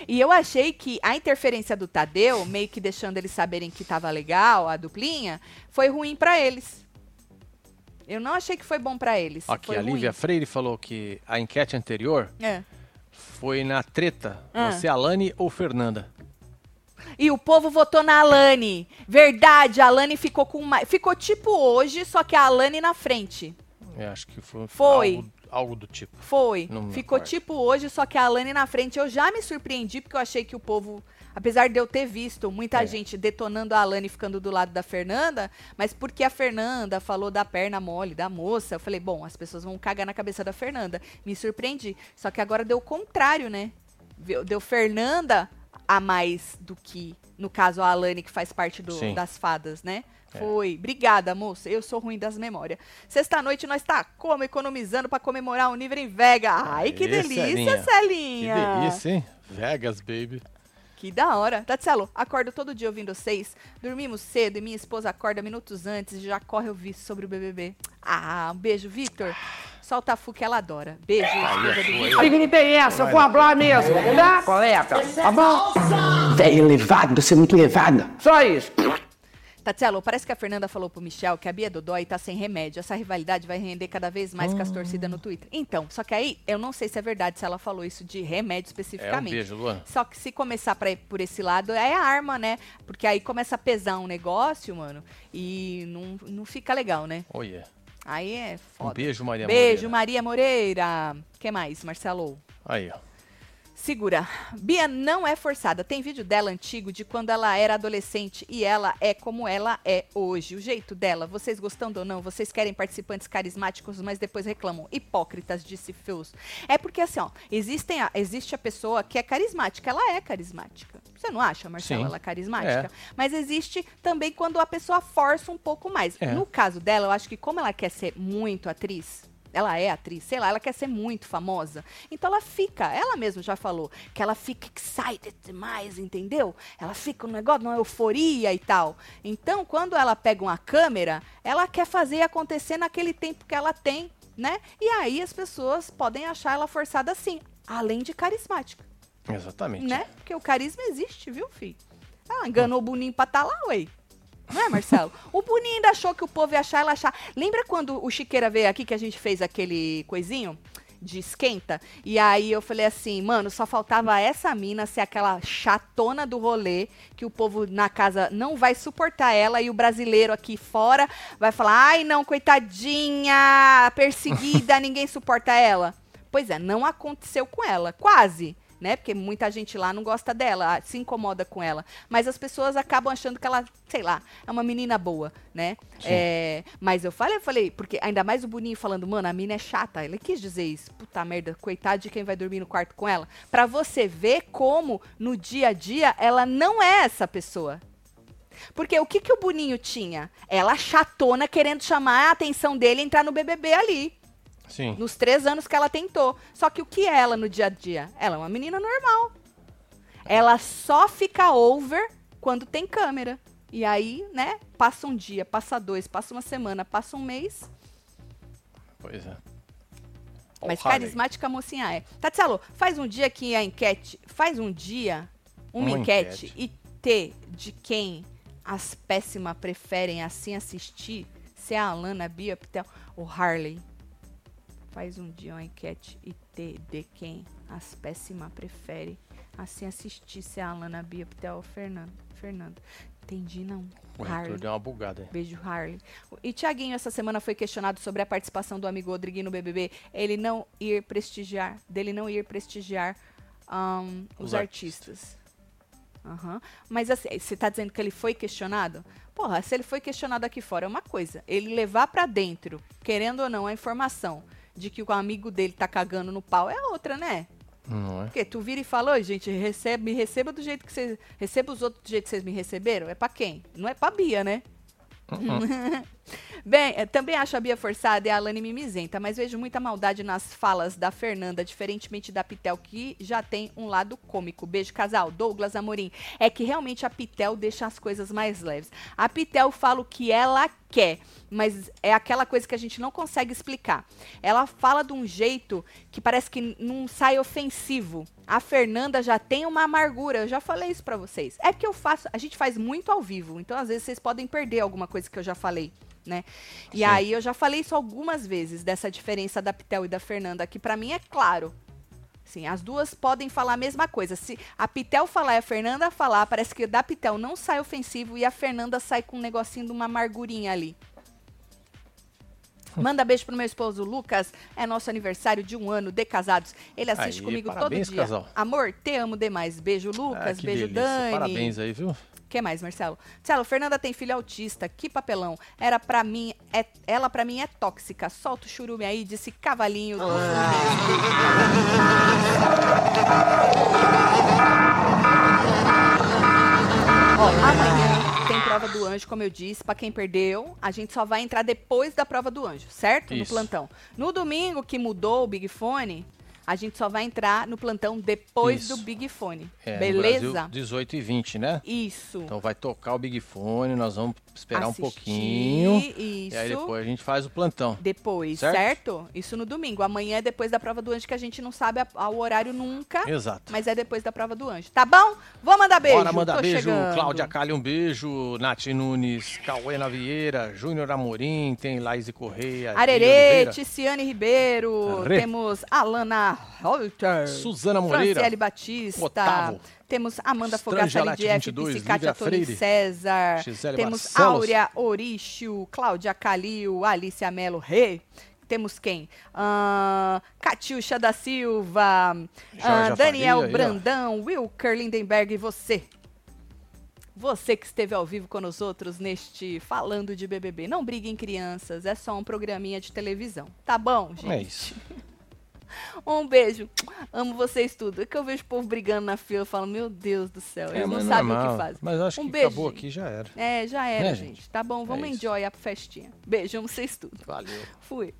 S2: E eu achei que a interferência do Tadeu, meio que deixando eles saberem que tava legal, a duplinha, foi ruim pra eles. Eu não achei que foi bom pra eles.
S1: Aqui,
S2: foi
S1: a
S2: ruim.
S1: Lívia Freire falou que a enquete anterior
S2: É.
S1: foi na treta.
S2: Ah.
S1: Você, Alane ou Fernanda?
S2: E o povo votou na Alane. Verdade, a Alane ficou com mais. Ficou tipo hoje, só que a Alane na frente.
S1: Eu acho que foi,
S2: Foi.
S1: Algo, algo do tipo.
S2: Foi.
S1: Não me
S2: Ficou
S1: recordo.
S2: tipo hoje, só que a Alane na frente. Eu já me surpreendi, porque eu achei que o povo. Apesar de eu ter visto muita
S1: É.
S2: gente detonando a Alane ficando do lado da Fernanda, mas porque a Fernanda falou da perna mole da moça, eu falei, bom, as pessoas vão cagar na cabeça da Fernanda. Me surpreendi. Só que agora deu o contrário, né? Deu deu Fernanda a mais do que, no caso, a Alane, que faz parte do-
S1: Sim.
S2: das fadas, né?
S1: É.
S2: Foi. Obrigada, moça. Eu sou ruim das memórias. Sexta-noite nós tá como economizando pra comemorar o nível em Vega. Ai, que
S1: Aê,
S2: delícia,
S1: Celinha.
S2: Celinha.
S1: é Que delícia,
S2: ah.
S1: hein? Vegas, baby.
S2: Que da hora. Tatselo, acordo todo dia ouvindo vocês. Dormimos cedo e minha esposa acorda minutos antes e já corre ouvir sobre o BBB. Ah, um beijo, Vitor. Solta a Fu que ela adora. Beijo,
S1: é
S2: esposa do Vitor.
S7: A Alegria tem essa, eu vou falar mesmo, tá? Colega, tá bom?
S4: Velho levado, você é muito levada.
S7: Só isso.
S2: Tatielo, parece que a Fernanda falou pro Michel que a Bia Dodói tá sem remédio. Essa rivalidade vai render cada vez mais com as torcidas no Twitter. Então, só que aí eu não sei se é verdade se ela falou isso de remédio
S1: É um
S2: especificamente.
S1: beijo, Luan.
S2: Só que se começar pra, por esse lado, é a arma, né? Porque aí começa a pesar um negócio, mano, e não, não fica legal, né?
S1: Olha.
S2: Aí é
S1: Um
S2: foda.
S1: beijo, Maria
S2: Beijo,
S1: Moreira.
S2: Maria Moreira. que mais, Marcelo?
S1: Aí, ó.
S2: Segura. Bia não é forçada. Tem vídeo dela antigo de quando ela era adolescente e ela é como ela é hoje. O jeito dela, vocês gostando ou não, vocês querem participantes carismáticos, mas depois reclamam. Hipócritas, disse Fios. É porque assim, ó, existem a- existe a pessoa que é carismática. Ela é carismática. Você não acha, Marcelo,
S1: Sim.
S2: ela é carismática? Mas existe também quando a pessoa força um pouco mais.
S1: É.
S2: No caso dela, eu acho que como ela quer ser muito atriz, ela é atriz, sei lá, ela quer ser muito famosa. Então ela fica, ela mesma já falou, que ela fica excited demais, entendeu? Ela fica um negócio, uma euforia e tal. Então, quando ela pega uma câmera, ela quer fazer acontecer naquele tempo que ela tem, né? E aí as pessoas podem achar ela forçada assim, além de carismática,
S1: Exatamente.
S2: né? Porque o carisma existe, viu, filho? Ela enganou o Boninho pra tá lá, ué. Não é, Marcelo? o Boninho ainda achou que o povo ia achar ela achar. Lembra quando o Chiqueira veio aqui que a gente fez aquele coisinho? De esquenta. E aí eu falei assim, mano, só faltava essa mina ser aquela chatona do rolê, que o povo na casa não vai suportar ela e o brasileiro aqui fora vai falar: ai não, coitadinha, perseguida, ninguém suporta ela. Pois é, não aconteceu com ela, quase, né? Porque muita gente lá não gosta dela, ah, se incomoda com ela. Mas as pessoas acabam achando que ela, sei lá, é uma menina boa, né? É, mas eu falei, eu falei, porque ainda mais o Boninho falando, mano, a mina é chata. Ele quis dizer isso. Puta merda, coitado de quem vai dormir no quarto com ela. Pra você ver como, no dia a dia, ela não é essa pessoa. Porque o que, que o Boninho tinha? Ela chatona querendo chamar a atenção dele e entrar no BBB ali.
S1: Sim.
S2: Nos três anos que ela tentou. Só que o que é ela no dia a dia? Ela é uma menina normal. Ela só fica over quando tem câmera. E aí, né? Passa um dia, passa dois, passa uma semana, passa um mês.
S1: Pois é.
S2: Mas
S1: Olha aí.
S2: carismática a mocinha é. Tatselo, faz um dia que a enquete. Faz um dia uma,
S1: Uma
S2: enquete,
S1: enquete.
S2: e ter de quem as péssimas preferem assim assistir. Se é a Alana, a Bia, a Pitel ou Harley. Faz um dia uma enquete e ter de quem as péssimas preferem assim assistir. Se é a Alana, a Bia, a Pitel ou Fernando. Fernando. Entendi, não.
S1: O
S2: Harley.
S1: reitor deu uma bugada, hein?
S2: Beijo, Harley. E Tiaguinho, essa semana foi questionado sobre a participação do amigo Rodriguinho no BBB. Ele não ir prestigiar, dele não ir prestigiar ahn, os,
S1: Os
S2: artistas. Aham. Mas assim, você tá dizendo que ele foi questionado? Porra, se ele foi questionado aqui fora é uma coisa. Ele levar pra dentro, querendo ou não, a informação de que o amigo dele tá cagando no pau é outra, né?
S1: Não é?
S2: Porque tu vira e fala, "Oi, gente, recebe, me receba do jeito que vocês. Receba os outros do jeito que vocês me receberam. É pra quem? Não é pra Bia, né? Bem, eh, também acho a Bia forçada e a Alane mimizenta, mas vejo muita maldade nas falas da Fernanda, diferentemente da Pitel, que já tem um lado cômico. Beijo, casal. Douglas Amorim. É que realmente a Pitel deixa as coisas mais leves. A Pitel fala o que ela quer, mas é aquela coisa que a gente não consegue explicar. Ela fala de um jeito que parece que n- não sai ofensivo. A Fernanda já tem uma amargura, eu já falei isso pra vocês. É que eu faço, a gente faz muito ao vivo, então às vezes vocês podem perder alguma coisa que eu já falei, né? E aí eu já falei isso algumas vezes dessa diferença da Pitel e da Fernanda, que pra mim é claro. Sim, as duas podem falar a mesma coisa. Se a Pitel falar e a Fernanda falar, parece que da Pitel não sai ofensivo e a Fernanda sai com um negocinho de uma amargurinha ali.
S1: Hum.
S2: Manda beijo pro meu esposo Lucas. É nosso aniversário de um ano de casados. Ele assiste
S1: Aí,
S2: comigo
S1: parabéns,
S2: todo dia.
S1: casal.
S2: Amor, te amo demais. Beijo, Lucas.
S1: Ah, que
S2: beijo,
S1: delícia.
S2: Dani.
S1: Parabéns aí, viu?
S2: que mais, Marcelo? Marcelo, Fernanda tem filho autista. Que papelão. Era pra mim, é, ela pra mim é tóxica. Solta o churume aí, disse cavalinho. do Ó, amanhã tem prova do anjo, como eu disse, pra quem perdeu, a gente só vai entrar depois da prova do anjo, certo? No
S1: Isso.
S2: plantão. No domingo que mudou o Big Fone, a gente só vai entrar no plantão depois
S1: Isso.
S2: do Big Fone.
S1: É, no
S2: Beleza?
S1: Brasil, 18 e 20, né?
S2: Isso.
S1: Então vai tocar o Big Fone, nós vamos esperar
S2: Assistir,
S1: um pouquinho.
S2: Isso.
S1: E aí depois a gente faz o plantão.
S2: Depois, certo?
S1: Certo?
S2: Isso no domingo. Amanhã é depois da prova do anjo, que a gente não sabe a, a- o horário nunca.
S1: Exato.
S2: Mas é depois da prova do anjo. Tá bom? Vou mandar beijo.
S1: Bora mandar
S2: Tô
S1: beijo,
S2: chegando.
S1: Cláudia Calha, um beijo, Nath Nunes, Cauê Navieira, Júnior Amorim, tem Laís Correia,
S2: Arerê, Ticiane Ribeiro,
S1: Arê.
S2: temos Alana Reuter,
S1: Suzana Moreira,
S2: Franciele Batista,
S1: Otávio,
S2: temos Amanda
S1: Estranja
S2: Fogassari
S1: Lati
S2: de F,
S1: 22,
S2: Psicatia
S1: Lívia
S2: Torin
S1: Freire,
S2: César,
S1: Gisele
S2: temos
S1: Barcelos.
S2: Áurea Orixio, Cláudia Calil, Alicia Melo Rê. Temos quem? Ah, Catiuxa da Silva, ah,
S1: Jorge
S2: Daniel
S1: Faria aí, ó.
S2: Brandão, Wilker Lindenberg e você. Você que esteve ao vivo com nós outros neste Falando de BBB. Não briguem, crianças. É só um programinha de televisão. Tá bom, gente?
S1: É isso.
S2: Um beijo. Amo vocês tudo. É que eu vejo o povo brigando na fila. Eu falo, meu Deus do céu.
S1: É,
S2: eles não
S1: mas
S2: sabem o
S1: normal.
S2: que fazem.
S1: Mas eu acho
S2: um
S1: que
S2: beijo,
S1: acabou
S2: gente.
S1: aqui, já era.
S2: É, já era,
S1: Né,
S2: gente?
S1: gente?
S2: Tá bom, vamos
S1: isso.
S2: enjoy a festinha. Beijo, amo vocês tudo.
S1: Valeu.
S2: Fui.